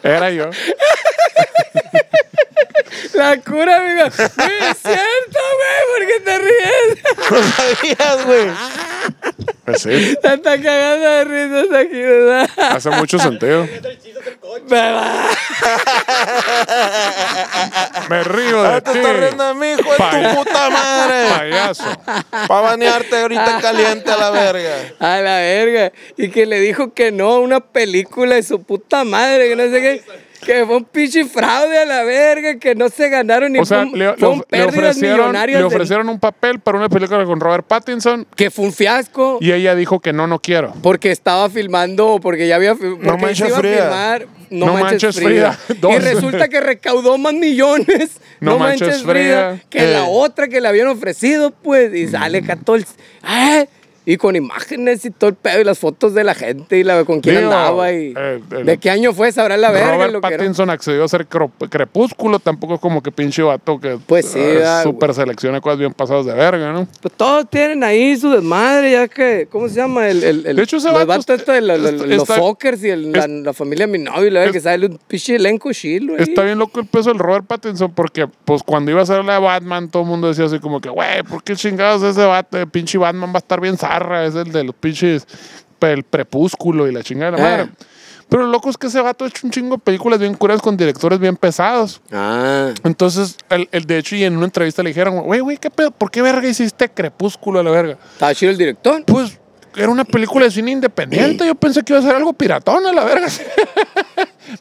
A: Era yo.
C: La cura, amigo.
A: <laughs>
C: Güey, es cierto, güey, ¿por qué te ríes? <laughs>
B: No sabías, güey.
A: Pues sí,
C: Te está cagando de risas aquí, ¿verdad? <laughs>
A: hace mucho sentido. Me río de
B: Ahora Ah, te estás riendo
A: ti,
B: de mí, hijo de
A: Paya-
B: tu puta madre.
A: payaso.
B: Para banearte ahorita en caliente a la verga.
C: A la verga. Y que le dijo que no a una película de su puta madre, que no sé qué. Que fue un pinche fraude a la verga, que no se ganaron ni
A: O sea,
C: fue-
A: le, le of-
C: fueron
A: le
C: pérdidas
A: ofrecieron,
C: millonarias.
A: le
C: de-
A: ofrecieron un papel para una película con Robert Pattinson
C: que fue un fiasco.
A: y ella dijo que no, no quiero.
C: Porque estaba filmando, porque ya había fil- porque
B: Manches
C: se iba a
B: Frida.
C: filmar No,
A: No
C: manches,
A: Manches
C: Frida.
A: Frida, dos.
C: Y resulta que recaudó más millones
A: No
C: No,
A: Manches
C: manches, Frida,
A: Frida. Mm.
C: que
B: Eh.
C: la otra que le habían ofrecido, pues, y sale 14. ¡Ah! Y Y con imágenes y todo el pedo y las fotos de la gente y la, con quién
A: Digo,
C: andaba y
A: eh, el-
C: de qué año fue, sabrá la verga
A: Robert
C: lo que era.
A: Pattinson accedió a ser crop- crepúsculo, tampoco es como que pinche vato que
C: Pues sí,
A: eh,
C: ah, güey.
A: super selecciona cosas bien pasadas de verga, ¿no?
C: Pues todos tienen ahí su desmadre, ya que, ¿cómo se llama? El, el, el-
A: De hecho, ese
C: los
A: vato
C: vatos
A: está-
C: estos de la- la-
A: está-
C: los
A: está-
C: fuckers y el- la, la familia de mi novio, y la verdad que sale un pinche elenco chilo. ahí.
A: Está bien loco el peso del Robert Pattinson porque, pues, cuando iba a ser la de Batman, todo el mundo decía así como que, güey, ¿por qué chingados ese vato, el pinche Batman va a estar bien zarra? Es el de los pinches, el prepúsculo y la chingada de la
C: Ah.
A: madre. Pero lo loco es que ese vato ha hecho un chingo de películas bien curas con directores bien pesados.
C: Ah,
A: Entonces, el, el- de hecho, y en una entrevista le dijeron, güey, güey, ¿qué pedo? ¿Por qué verga hiciste crepúsculo a la verga?
C: estaba chido el director.
A: Pues era una película de cine independiente. Yo pensé que iba a ser algo piratón a la verga. <laughs>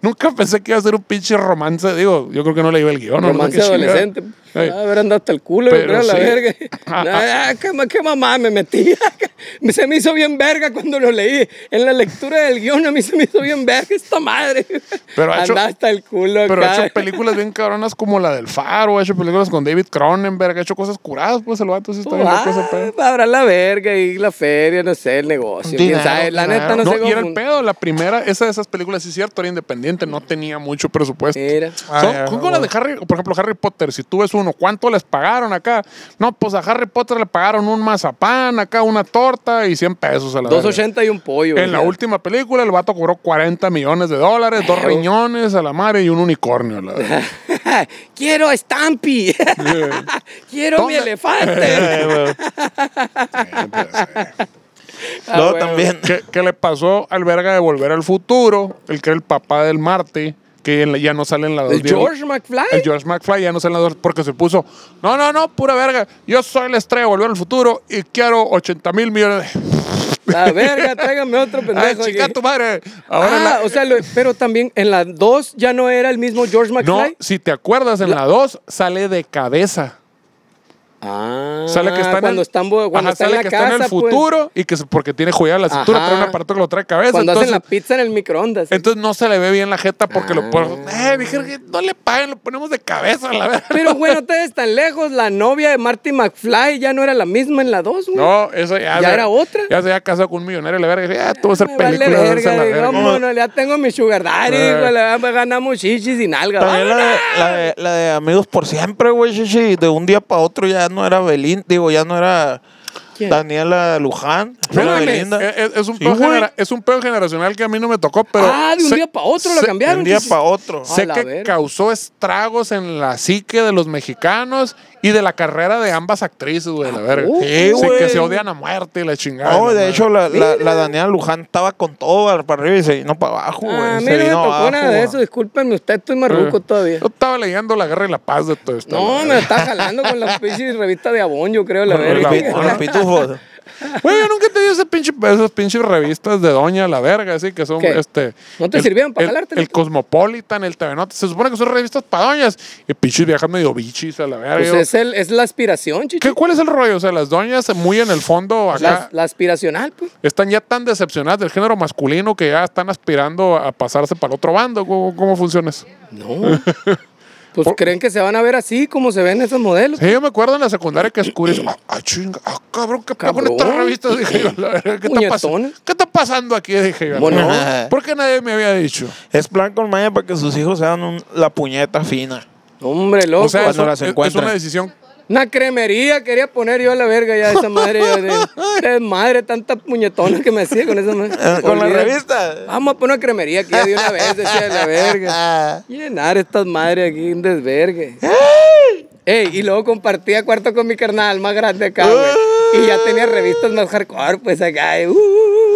A: Nunca pensé que iba a ser un pinche romance. Digo, yo creo que no le iba el guión. no sé
C: Romance
A: qué chingada.
C: adolescente. Ah,
A: Ey,
C: A ver, anda hasta el culo,
A: Pero
C: yo creo, a la
A: sí. <laughs>
C: verga. Ah, qué, ma- qué mamá me metí. <laughs> se me hizo bien verga cuando lo leí. En la lectura del guión a mí se me hizo bien verga esta madre.
A: Pero ha hecho-
C: Anda hasta el culo
A: Pero
C: acá.
A: ha hecho
C: <laughs>
A: películas bien cabronas como la del Faro, ha hecho películas con David Cronenberg, ha hecho cosas curadas, pues el vato sí está bien loco ese
C: Ah,
A: pedo.
C: habrá la verga y la feria, no sé, el negocio. quién
B: Dinero,
C: sabe, la
A: Claro.
C: neta no, sé
A: y era el
C: cómo.
A: pedo, la primera, esa de esas películas, sí es cierto, era independiente, no tenía mucho presupuesto.
C: Mira.
A: Son-
B: Ay,
A: son
B: ah,
A: con la de Harry, por ejemplo, Harry Potter, si tú ves uno, ¿cuánto les pagaron acá? No, pues a Harry Potter le pagaron un mazapán, acá una torta y 100 pesos a la verga.
C: 280 y un pollo.
A: En la
C: ya.
A: última película, el vato cobró 40 millones de dólares, dos riñones a la madre y un unicornio. a la
C: <laughs>
A: verga.
C: <laughs> Quiero a
A: <laughs>
C: Stampy. <laughs> Quiero mi
A: ¿Dónde?
C: elefante.
A: <laughs>
C: Ah,
B: Luego
C: bueno.
B: también.
A: ¿Qué, qué le pasó al verga de Volver al Futuro? El que era el papá del Marte, que en la- ya no sale en la dos
C: ¿El
A: bien-
C: George McFly?
A: El George McFly ya no sale en la dos porque se puso, no, no, no, pura verga, yo soy la estrella de Volver al Futuro y quiero 80 mil millones de...
C: La verga, tráigame otro <laughs> pendejo.
A: ¡Ay,
C: aquí.
A: chica tu madre! Ahora
C: Ah,
A: la-
C: o sea, lo- pero también en la 2 ya no era el mismo George
A: No,
C: McFly.
A: si te acuerdas, en la 2 sale de cabeza.
C: Ah,
A: Sale que está en
C: cuando
A: el,
C: están bo- cuando
A: Ajá,
C: está en
A: sale
C: la
A: que
C: casa,
A: está en el
C: pues.
A: futuro y que se- porque tiene joya la cintura,
C: Ajá.
A: trae un aparato que lo trae de cabeza.
C: cuando
A: entonces,
C: hacen la Ah. pizza en el microondas.
A: Entonces no se le ve bien la jeta porque lo ponen. Eh, dijeron que no le paguen, lo ponemos de cabeza, la verdad.
C: Pero güey, <laughs> no te des tan lejos. La novia de Marty McFly ya no era la misma en la 2, güey.
A: No, eso ya.
C: ¿Ya era otra?
A: Ya se había casado con un millonario, la verga. Dije, ah, tú vas a
C: Me
A: hacer
C: vale
A: películas.
C: verga,
A: a la verga.
C: vámonos, ya tengo mi sugar daddy,
A: Eh.
C: güey, la verdad, ganamos chichis y nalga.
B: También la de, la de- la de Amigos por Siempre, güey, chichi. De un día para otro ya no era Belín, digo, ya no era
C: ¿Quién?
B: Daniela Luján.
A: No
B: era
A: mames, Eh,
B: Belinda.
A: es, es- es un
B: Sí,
A: pedo
B: güey.
A: genera- es un pedo generacional que a mí no me tocó, pero.
C: Ah, de un
A: sé-
C: día pa' otro lo
A: sé-
C: cambiaron.
B: De un día
C: chichis.
B: para otro.
C: Ah,
A: Sé
C: la
A: que
C: verga.
A: causó estragos en la psique de los mexicanos y de la carrera de ambas actrices, güey,
C: Ah,
A: la verga.
C: poco?
A: Sí,
B: güey.
A: que se odian a muerte y la chingada.
B: No,
A: la
B: Oh, de
A: madre.
B: hecho, la, la, la Daniela Luján estaba con todo para arriba y se vino para abajo, güey.
C: Ah, a mí
B: se
C: no me
B: vino
C: tocó
B: abajo,
C: nada de
B: güey.
C: eso, discúlpenme, usted estoy marruco todavía.
A: Yo estaba leyendo La Guerra y la Paz de todo esto.
C: No, me lo está jalando con <laughs> las pinches revistas de Avon, yo creo, la
A: Con el
B: Con
C: verga.
B: el pi- con el pitufo.
A: Güey, yo nunca te ese pinche, esas pinches revistas de doña la verga, así que son
C: ¿Qué?
A: este.
C: ¿No te
A: el-
C: sirvieron para
A: el-
C: jalártelo?
A: El Cosmopolitan, el Tabenota. Se supone que son revistas para doñas. Y pinches viejas medio bichis a la verga.
C: Pues
A: Yo,
C: es, el, es la aspiración, chichi.
A: ¿qué- ¿Cuál es el rollo? O sea, las doñas muy en el fondo acá.
C: La, la aspiracional, pues.
A: Están ya tan decepcionadas del género masculino que ya están aspirando a pasarse para el otro bando. ¿Cómo, cómo funciona eso?
C: No. Pues creen que se van a ver así como se ven esos modelos.
A: Sí, yo me acuerdo en la secundaria que descubrí eso. Ah, <coughs> ah, chinga, ah, cabrón, ¿qué pedo con
C: Cabrón.
A: estas revistas? Dije yo, la verga, ¿qué está, pas-
C: Puñetones.
A: ¿qué está pasando aquí? Dije yo.
C: Bueno.
A: ¿Por qué nadie me había dicho?
B: Es plan con Maya para que sus hijos sean un- la puñeta fina.
C: Hombre, loco.
A: O sea,
B: cuando
A: eso
B: las
A: es- es
B: encuentran.
A: una decisión
C: Una cremería quería poner yo a la verga ya esa madre. yo de- de madre, tanta puñetona que me hacía con esa madre.
B: Eh, Con la
C: Olvídate.
B: revista.
C: Vamos a poner una cremería aquí de una vez, decía
B: <laughs>
C: la verga. Llenar estas madres aquí, un desvergue. Ey, y luego compartía cuarto con mi carnal más grande acá, güey. Y ya tenía revistas más hardcore, pues acá, y, uh,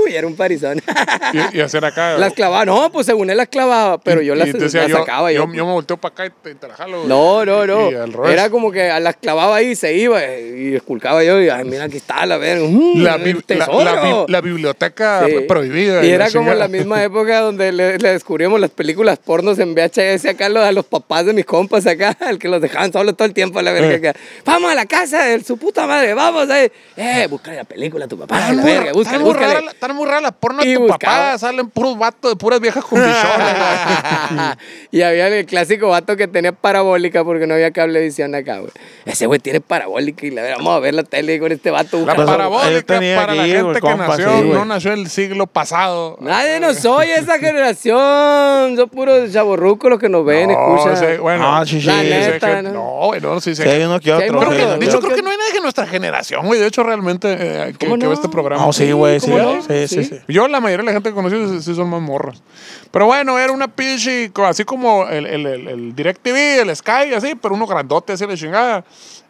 C: y era un parizón. <laughs>
A: y, y hacer acá.
C: las clavaba, no, pues según él las clavaba, pero
A: Y-
C: yo
A: y
C: las,
A: te decía,
C: las
A: yo-
C: sacaba.
A: Yo,
C: yo.
A: yo me volteo para acá y te, te la jalo.
C: No, no,
A: Y-
C: no.
A: y al revés.
C: Era como que a las clavaba ahí y se iba eh, y esculcaba yo y, ay, mira, aquí está la verga.
A: la,
C: la,
A: bi- la- la
C: tesoro.
A: bi- la biblioteca
C: Sí.
A: prohibida.
C: Y
A: la
C: era como
A: chingada.
C: la
A: <laughs>
C: misma época donde le, le descubrimos las películas pornos en VHS acá lo- a los papás de mis compas acá, <laughs> al que los dejaban solos todo el tiempo a la verga. acá. Vamos a la casa de su puta madre, vamos. Eh, eh busca la película a tu papá,
A: Está
C: la
A: muy-
C: verga,
A: está
C: búscale,
A: muy rara
C: búscale.
A: Ah, la- está muy burrar la porno de
C: Y
A: tu papá.
C: buscaba-
A: Salen puros vatos de puras viejas
C: <laughs>
A: con bichones, güey.
C: y había el clásico vato que tenía parabólica porque no había cablevisión acá, güey. Ese güey tiene parabólica y la ver, vamos a ver la tele con este vato.
A: La
C: busca-
B: Pues, él
A: parabólica
B: tenía
A: para la
B: aquí,
A: gente
B: güey,
A: que
B: compa,
A: nació,
B: sí, güey.
A: no nació el siglo pasado.
C: Nadie nos oye esa generación. Son puros chaborrucos los que nos ven,
A: No,
C: escuchan.
A: ese- bueno,
B: Ah, sí, sí.
A: ese
C: La
A: gen-
C: neta, ¿no?
A: No, güey, no, sí, sí.
B: Sí, hay uno que
C: hay
A: Creo
B: otro.
C: morros
B: sí.
A: que, de hecho,
C: Yo
A: creo
C: creo
A: que no hay nadie de nuestra generación, güey. De hecho, realmente, eh, que,
C: ¿Cómo
A: que
C: no?
A: ve este programa.
B: No, sí, güey, sí,
C: ¿Cómo no?
B: sí, sí, sí.
A: Yo, la mayoría de la gente que conocí sí- sí son más morros. Pero bueno, era una pinche, co- así como el, el, el, el DirecTV, el Sky, así, pero uno grandote, así la chingada.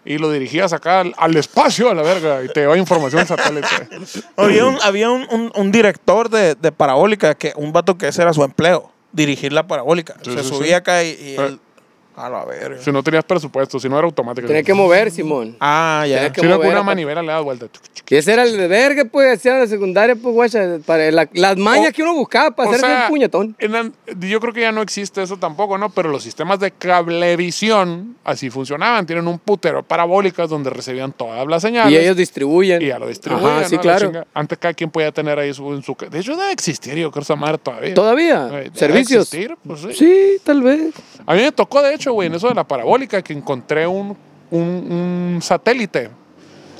A: Y lo dirigías acá al, al espacio, a la verga, y te daba información <laughs> satélite.
B: Había un, había un, un- un director de, de parabólica, que un vato que ese era su empleo, dirigir la parabólica.
A: Sí,
B: Se
A: sí,
B: subía
A: sí.
B: acá y, y él-
A: Eh.
B: A la verga.
A: si no tenías presupuesto, si no era automático.
C: Tenía que mover, Simón.
B: Ah, ya.
C: Tenía que
A: Si no, con
C: mover
A: una
C: a-
A: manivela le das vuelta.
C: Que ese era el de verga, pues, hacía la secundaria, pues, guacha, para la- las mañas
A: O-
C: que uno buscaba para
A: O
C: hacerse
A: sea,
C: un puñetón.
A: en an- yo creo que ya no existe eso tampoco, ¿no? Pero los sistemas de cablevisión así funcionaban. Tienen un putero de parabólicas donde recibían todas las señales.
C: Y ellos distribuyen.
A: y ya lo distribuían.
C: Ajá,
A: ¿no?
C: sí,
A: La
C: claro.
A: chinga. Antes cada quien podía tener ahí su, en su ca- De hecho, debe existir, yo creo, esa madre todavía.
C: ¿Todavía?
A: Eh, debe
C: ¿Servicios?
A: existir, pues, sí.
C: Sí, tal vez.
A: A mí me tocó, de hecho, güey, en eso de la parabólica, que encontré un, un, un satélite.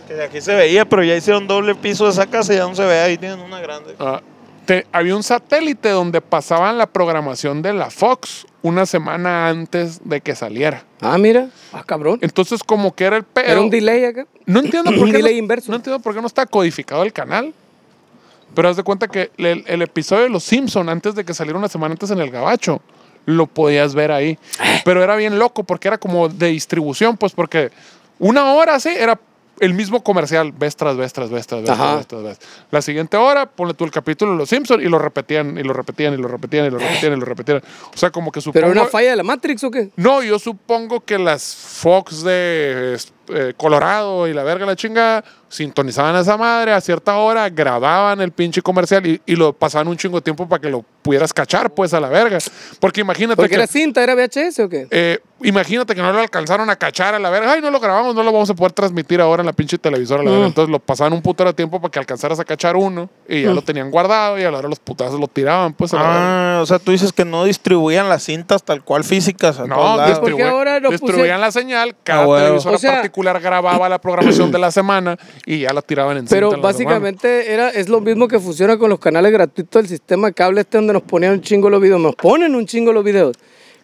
B: Que de aquí se veía, pero ya hicieron doble piso de esa casa y ya no se ve. Ahí tienen una grande.
A: Ah, te- había un satélite donde pasaban la programación de la Fox una semana antes de que saliera.
C: Ah, mira. Ah, cabrón.
A: Entonces, como que era el pedo.
C: Era un delay acá.
A: No entiendo
C: un
A: por qué.
C: delay
A: no,
C: inverso.
A: no entiendo por qué no está codificado el canal. Pero haz de cuenta que el, el episodio de Los Simpson antes de que saliera una semana antes en el Gabacho, lo podías ver ahí. Pero era bien loco porque era como de distribución, pues porque una hora así era el mismo comercial, vez tras vez, tras vez, tras vez,
C: Ajá.
A: tras vez, tras vez. La siguiente hora, ponle tú el capítulo de Los Simpson y lo repetían, y lo repetían, y lo repetían, y lo repetían, y lo repetían. O sea, como que
C: ¿Pero
A: supongo...
C: era una falla de la Matrix o qué?
A: No, yo supongo que las Fox de es- eh, Colorado y la verga la chingada sintonizaban a esa madre a cierta hora, grababan el pinche comercial y, y lo pasaban un chingo de tiempo para que lo pudieras cachar, pues a la verga. Porque imagínate
C: Porque
A: que.
C: era cinta, era VHS o qué?
A: eh, imagínate que no lo alcanzaron a cachar a la verga. Ay, no lo grabamos, no lo vamos a poder transmitir ahora en la pinche televisora. a la verga. Entonces lo pasaban un putero de tiempo para que alcanzaras a cachar uno y ya lo tenían guardado y a la hora los putazos lo tiraban, pues a la verga.
B: Ah, o sea, tú dices que no distribuían las cintas tal cual físicas. A
A: No,
B: todos lados.
C: ¿por qué
A: distribu-
C: ahora lo
A: distribuían
C: puse-
A: la señal, cada
B: Ah, huevo.
A: televisora
C: O sea-
A: particular grababa la programación de la semana y ya la tiraban en cinta
C: Pero
A: en la semana.
C: básicamente era, es lo mismo que funciona con los canales gratuitos del sistema cable este donde nos ponían un chingo los videos. Nos ponen un chingo los videos.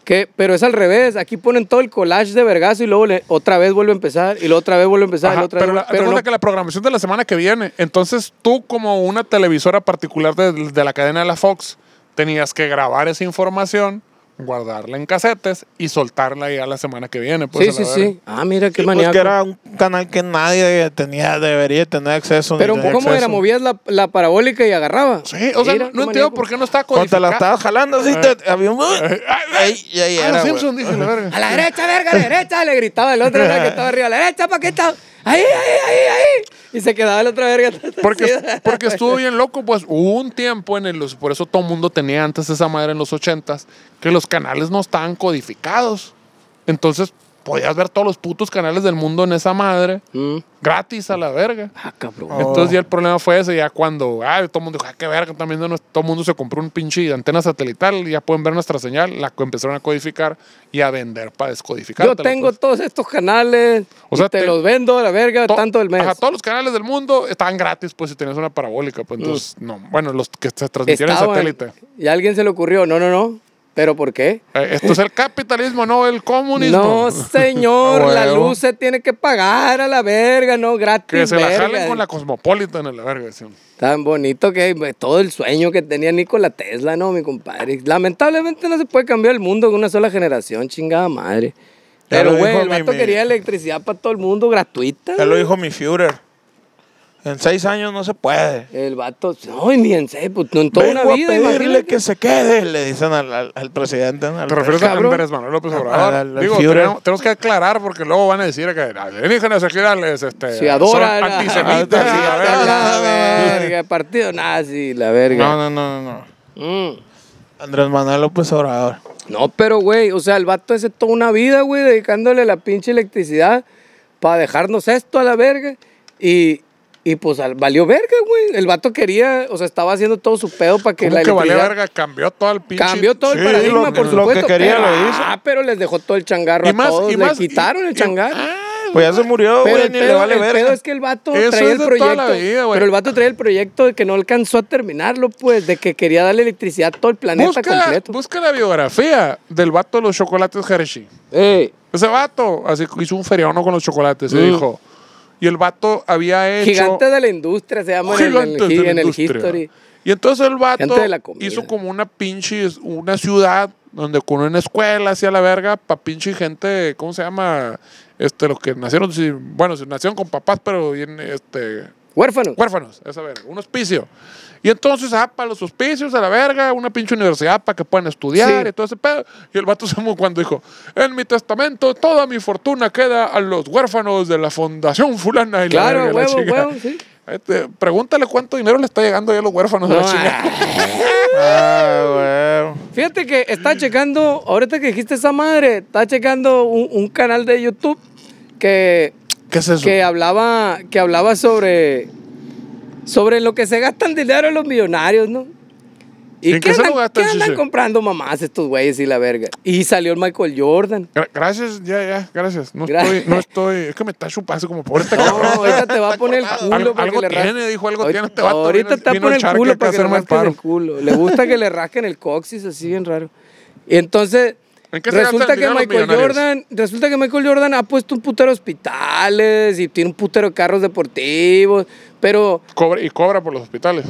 C: Que, pero es al revés. Aquí ponen todo el collage de vergazo y luego le- otra vez vuelve a empezar y luego otra vez vuelve a empezar y
A: Ajá,
C: luego otra
A: pero
C: vez.
A: la, recuerda
C: no-
A: que la programación de la semana que viene, entonces tú como una televisora particular de, de la cadena de la Fox, tenías que grabar esa información, guardarla en casetes y soltarla ya la semana que viene. Pues,
C: sí,
A: a
C: sí,
A: la verga.
C: sí. Ah, mira qué
B: Sí, pues,
C: maníaco.
B: que era un canal que nadie tenía, debería tener acceso. ni
C: Pero
B: tenía
C: ¿cómo era?
B: acceso.
C: Movías la, la parabólica y agarraba.
A: Sí, o sea,
C: Mira,
A: no,
C: qué
A: no entiendo
C: maníaco.
A: por qué no está
B: Cuando te la
A: codificado. Eh,
B: estabas jalando así,
C: Eh.
B: te, había un... Ahí, y ahí
A: Ah,
B: era,
A: los
B: güey.
A: Simpson, dije, la verga.
C: A la derecha, verga, a la derecha, le gritaba el otro verga que estaba arriba, a la derecha, ¿para qué está? Ahí, ahí, ahí, ahí. Y se quedaba el otro verga.
A: Porque, porque estuvo bien loco, pues hubo un tiempo en el, por eso todo el mundo tenía antes esa madre en los ochentas, que los canales no estaban codificados. Entonces podías ver todos los putos canales del mundo en esa madre,
C: Mm.
A: gratis a la verga.
C: Ah, cabrón.
A: Entonces ya el problema fue ese, ya cuando, ay, todo el mundo dijo, ah, qué verga, también no es- todo el mundo se compró un pinche antena satelital, y ya pueden ver nuestra señal, la co- empezaron a codificar y a vender para pues. descodificar.
C: Yo tengo todos estos canales.
A: O
C: O
A: sea,
C: sea, te,
A: te-
C: los vendo a la verga
A: To-
C: tanto del mes.
A: Ajá, todos los canales del mundo estaban gratis, pues si tenías una parabólica, pues entonces,
C: Mm.
A: no, bueno, los que se transmitieron en
C: Estaban-
A: pues, satélite.
C: Y a alguien se le ocurrió, no, no, no. ¿Pero por qué?
A: Eh, esto es el capitalismo, no el comunismo.
C: No, señor, la
B: Huevo.
C: luz se tiene que pagar a la verga, no gratis.
A: <laughs> que se la
C: verga.
A: jalen con la Cosmopolitan a la verga. sí.
C: Tan bonito que pues, todo el sueño que tenía Nikola Tesla, ¿no, mi compadre? Lamentablemente no se puede cambiar el mundo con una sola generación, chingada madre.
B: Ya
C: Pero,
B: lo
C: güey,
B: dijo
C: el
B: mi-
C: vato
B: mi-
C: quería electricidad para todo el mundo gratuita.
B: Ya lo dijo mi Führer. En seis años no se puede.
C: El vato, no, ni en serio, pues, no en toda
B: Vengo
C: una vida,
B: a pedirle
C: imagínate.
B: que se quede, le dicen al, al- al presidente. ¿no? Al-
A: ¿Te refieres a
C: Cabrón. Ah,
A: Andrés Manuel López Obrador?
B: Al- al- al
A: Digo,
B: Führer.
A: tenemos, tenemos que aclarar porque luego van a decir que alienígenas sexuales este,
C: Se adora.
A: son
C: la- <laughs>
A: antisemitas y la
C: Ah,
A: verga.
C: la verga, Partido nazi, la verga.
B: No,
C: Mm.
B: no, no, no, no.
C: No,
B: Andrés Manuel López Obrador.
C: pero, güey, o sea, el vato ese toda una vida, güey, dedicándole la pinche electricidad para dejarnos esto a la verga. Y, y Y pues al- valió verga, güey. El vato quería, o sea, estaba haciendo todo su pedo para que
A: ¿Cómo
C: la
A: que vale
C: electricidad-
A: verga? Cambió todo el pinche.
C: Cambió todo el
B: Sí,
C: paradigma,
B: lo-
C: por
B: lo que
C: supuesto.
B: quería
C: pero,
B: lo hizo.
C: Ah, pero les dejó todo el changarro
A: Y
C: a
A: más-
C: todos.
A: y
C: Le
A: más-
C: quitaron el
A: y- ah,
C: changarro.
B: Pues ya se murió,
C: pero
B: güey,
C: el
B: ni le
C: pedo,
B: vale
C: el pedo
B: verga.
C: es que el vato
A: Eso
C: traía
A: es
C: el
A: de toda la
C: proyecto.
A: vida, güey.
C: pero el vato traía el proyecto de que no alcanzó a terminarlo, pues, de que quería darle electricidad a todo el planeta
A: Busca,
C: completo.
A: busca la biografía del vato de los chocolates Hershey.
C: Ey,
A: Ese vato así hizo un feriano con los chocolates, se
C: Mm.
A: dijo. Y el vato había hecho.
C: Gigante de la industria, se llama en el, en el
A: Gigantes de
C: hi-
A: la
C: en el
A: industria.
C: History.
A: Y entonces el vato
C: Gigante de la comida.
A: hizo como una pinche, una ciudad donde con una escuela hacia la verga para pinche gente, ¿cómo se llama? Este, los que nacieron, sin- bueno, se nacieron con papás, pero bien, este,
C: Huérfano.
A: huérfanos, esa verga, un hospicio. Y entonces, ah, para los hospicios, a la verga, una pinche universidad para que puedan estudiar
C: Sí.
A: y todo ese pedo. Y el vato <laughs> se mu- cuando dijo, en mi testamento toda mi fortuna queda a los huérfanos de la fundación fulana. Y
C: Claro,
A: la verga, la
C: huevo,
A: chingada.
C: huevo, sí.
A: Este, pregúntale cuánto dinero le está llegando ya a los huérfanos de
C: No,
A: la chingada.
B: Ah, güey.
C: Fíjate que está checando, ahorita que dijiste esa madre, está checando un, un canal de YouTube que,
A: ¿Qué es eso?
C: que hablaba, que hablaba sobre, sobre lo que se gastan dinero los millonarios, ¿no? ¿Y
A: ¿En
C: qué,
A: qué se lo
C: andan,
A: gastan,
C: qué andan
A: Chucho?
C: comprando mamás estos güeyes y la verga? Y salió el Michael Jordan.
A: <laughs> Gra- gracias, ya, ya, gracias. No
C: Gra-
A: estoy,
C: <laughs>
A: no estoy, es que me está chupando como pobre
B: <laughs>
A: este
C: No,
A: cabrón.
C: ahorita te va a poner el culo.
A: Algo-
C: para
A: algo
C: que le ras-
A: tiene, dijo, algo
C: Ahorita-
A: tiene este vato,
C: Ahorita
A: vino-
C: te va a
A: vino
C: poner
A: el
C: el
A: charque
C: culo
A: acá a
C: para que le
A: hacerme el
C: rasques el
A: paro.
C: culo. Le gusta que le rasquen el coxis así bien raro. Y entonces,
A: ¿En qué se gasta
C: resulta
A: el
C: que
A: dinero los
C: Michael
A: millonarios?
C: Jordan, resulta que Michael Jordan ha puesto un putero de hospitales y tiene un putero de carros deportivos, pero
A: Cobra- y cobra por los hospitales.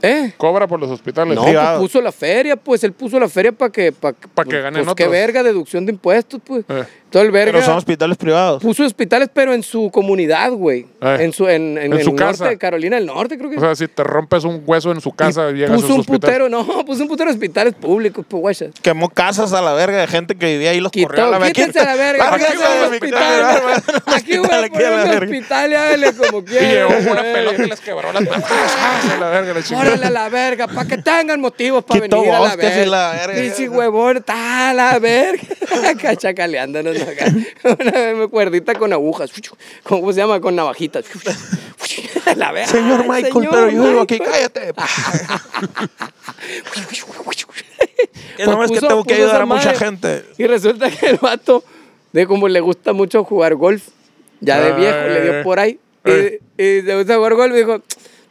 C: eh
A: Cobra por los hospitales.
C: no,
A: Sí,
C: pues,
B: privado.
C: puso la feria, pues él puso la feria para que para
A: Pa' que ganen
C: pues, qué
A: otros.
C: verga deducción de impuestos, pues.
A: Eh.
C: Todo el verga.
B: Pero son hospitales privados.
C: Puso hospitales, pero en su comunidad, güey.
A: Eh.
C: En su, en,
A: En
C: en el
A: su
C: norte
A: casa.
C: de Carolina del Norte, creo que.
A: O sea, si te rompes un hueso en su casa, llegas a
C: puso
A: su
C: un
A: hospital.
C: putero, <laughs> no, puso un putero de hospitales públicos, pues, guacha.
B: Quemó casas a la verga de gente que vivía ahí los
C: Quitó,
B: corrió a la verga.
C: quítense a la verga,
B: Lárguense
C: quítense
B: de
C: del
B: mi
C: hospital.
B: casa,
C: <laughs>
B: lárguense del
C: Aquí voy
B: hospital,
C: a
B: aquí a
C: poner
B: la
C: un
B: verga.
C: hospital y hágale como
A: Y
C: quiera. <laughs>
A: llegó con una
C: güey.
A: pelota y les quebró las manos. Ah, la verga, la chingada.
C: Órale a la verga, para que tengan motivos para
B: Quitó
C: venir a la
B: bosques y
C: verga.
B: la verga.
C: Pinche huevón, está a la verga. <laughs> Acá chacaleándonos acá. Una vez me cuerdita con agujas. <laughs> ¿Cómo se llama? Con navajitas. <laughs> A la verga.
B: Señor Michael,
C: Señor
B: pero yo vivo aquí,
C: Michael.
B: cállate. Que
C: <laughs> Pues
B: no ves que
C: puso-
B: tengo que
C: puso
B: ayudar
C: esa
B: a mucha
C: madre.
B: gente.
C: Y resulta que el vato, de como le gusta mucho jugar golf, ya de viejo,
A: Ay.
C: le dio por ahí.
A: Ay.
C: Y, y le gusta jugar golf y dijo,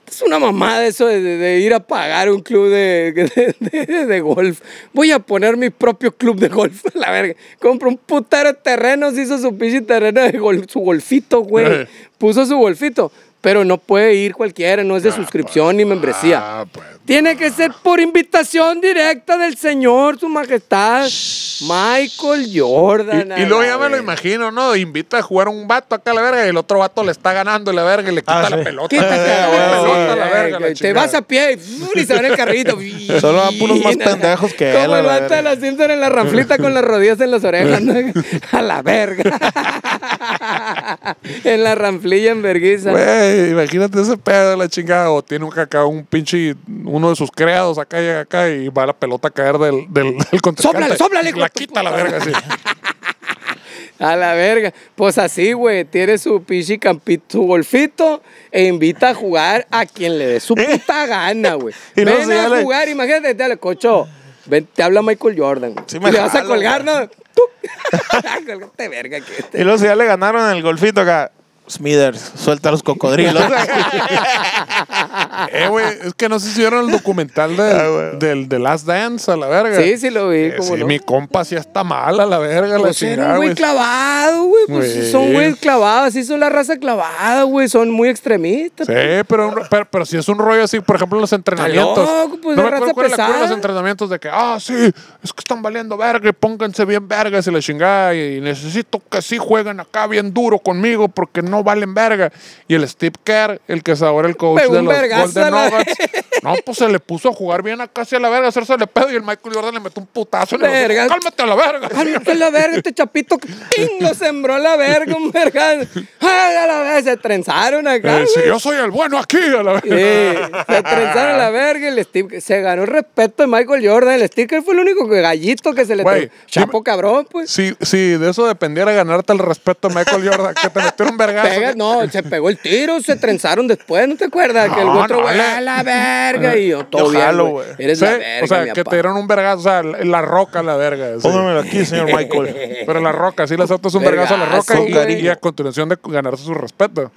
C: es una mamada eso de, de- de ir a pagar un club de, de- de- de golf. Voy a poner mi propio club de golf, <laughs> la verga. Compró un putero de terrenos, hizo su pinche terreno de golf, su golfito, güey.
A: Ay.
C: Puso su golfito. Pero no puede ir cualquiera, no es de
B: Ah,
C: suscripción ni membresía.
A: Ah, pues.
C: Tiene que ser por invitación directa del Señor, Su Majestad, Michael Jordan.
A: Y, y luego
C: a la
A: ya me lo
C: vez.
A: imagino, ¿no? Invita a jugar un vato acá a la verga y el otro vato le está ganando y la verga y le quita
B: Ah,
A: la
B: sí.
A: pelota.
C: Quítate,
A: Le quita
B: güey,
A: la
B: güey,
A: pelota a la
C: güey,
A: verga, la
C: güey, Te
A: chingada.
C: vas a pie ¡uh! y y se va en el carrito.
B: Solo van puros más pendejos que él,
C: Como
B: a
C: el
B: la
C: vato de
B: verga.
C: la Simpson en la raflita con las rodillas en las orejas. ¿no? <laughs> A la verga. <laughs> en la ranflilla en verguiza.
A: Güey, imagínate ese pedo de la chingada. O tiene un acá un pinche, uno de sus creados acá llega acá y va la pelota a caer del, del, del contrincante.
C: Sóplale, sóplale, hijo
A: La
C: de tu
A: quita a la verga, sí.
C: A la verga. Pues así, güey. Tiene su pinche campito, su golfito e invita a jugar a quien le dé <laughs> su puta gana, <laughs> güey.
B: Y luego
C: Ven
B: se
C: a
B: llama-
C: jugar, imagínate, dale, cocho. Ven, te habla Michael Jordan.
B: Sí
C: Y
B: me
C: le vas a
B: jalo,
C: colgar, ¿no? <laughs> Tú. Colgate verga que este.
B: Y luego si ya le ganaron el golfito acá. Smithers, suelta a los
C: <laughs>
B: cocodrilos.
A: Eh, güey, es que no sé si vieron el documental del, del, de Last Dance a la verga.
C: Sí, sí lo vi,
A: Eh,
C: como
A: sí,
C: no.
A: mi compa sí está mal a la verga, la
C: Pues era
A: chingada,
C: un
A: güey.
C: güey clavado, güey. Pues
A: Güey.
C: son güeyes clavados, así son la raza clavada, güey. Son muy extremistas.
A: Sí, pero, un ro- pero, pero si es un rollo así, por ejemplo, en los entrenamientos.
C: loco, pues,
A: no
C: de
A: me acuerdo
C: raza
A: cuál era la cura de los
C: pesada.
A: entrenamientos de que, ah, sí, es que están valiendo verga y pónganse bien vergas y la chingada y necesito que sí jueguen acá bien duro conmigo porque no valen verga. Y el Steve Kerr, el que es ahora el coach
C: Pegó
A: de
C: un
A: los
C: vergazo
A: Golden
C: a la
A: Nuggets, no, pues se le puso a jugar bien acá hacia la verga, hacerse le pedo y el Michael Jordan le metió un putazo en el hocico.
C: Vergas.
A: Cálmate a la verga.
C: Cálmate la verga, este chapito que ¡ting! lo sembró la verga, un verga. Ay, a la verga, se trenzaron acá.
A: Eh,
C: güey.
A: si yo soy el bueno aquí, a la
C: Sí,
A: verga.
C: se
A: <laughs>
C: trenzaron la verga y el Steve se ganó el respeto de Michael Jordan. El sticker fue el único que- gallito que se le
A: Güey,
C: Chapo cabrón, pues.
A: Si, si de eso dependiera ganarte el respeto a Michael Jordan, que te metiera un vergazo vergazo.
C: pega- no, se pegó el tiro, se trenzaron después, ¿no te acuerdas? que el
A: No,
C: otro
A: no, eh.
C: güey,
A: la-
C: a la verga, y yo, todo
B: Yo
C: bien,
B: jalo,
C: güey.
B: güey.
C: Eres
A: Sí,
C: la verga,
A: o sea,
C: mi
A: que
C: apa.
A: te dieron un vergazo, o sea, la la roca a la verga. sí.
B: Póngamelo aquí, señor Michael.
A: Pero la roca, sí le saltas un vergazo a la roca
C: Vergazo,
A: y,
C: güey.
A: y a continuación de ganarse su respeto.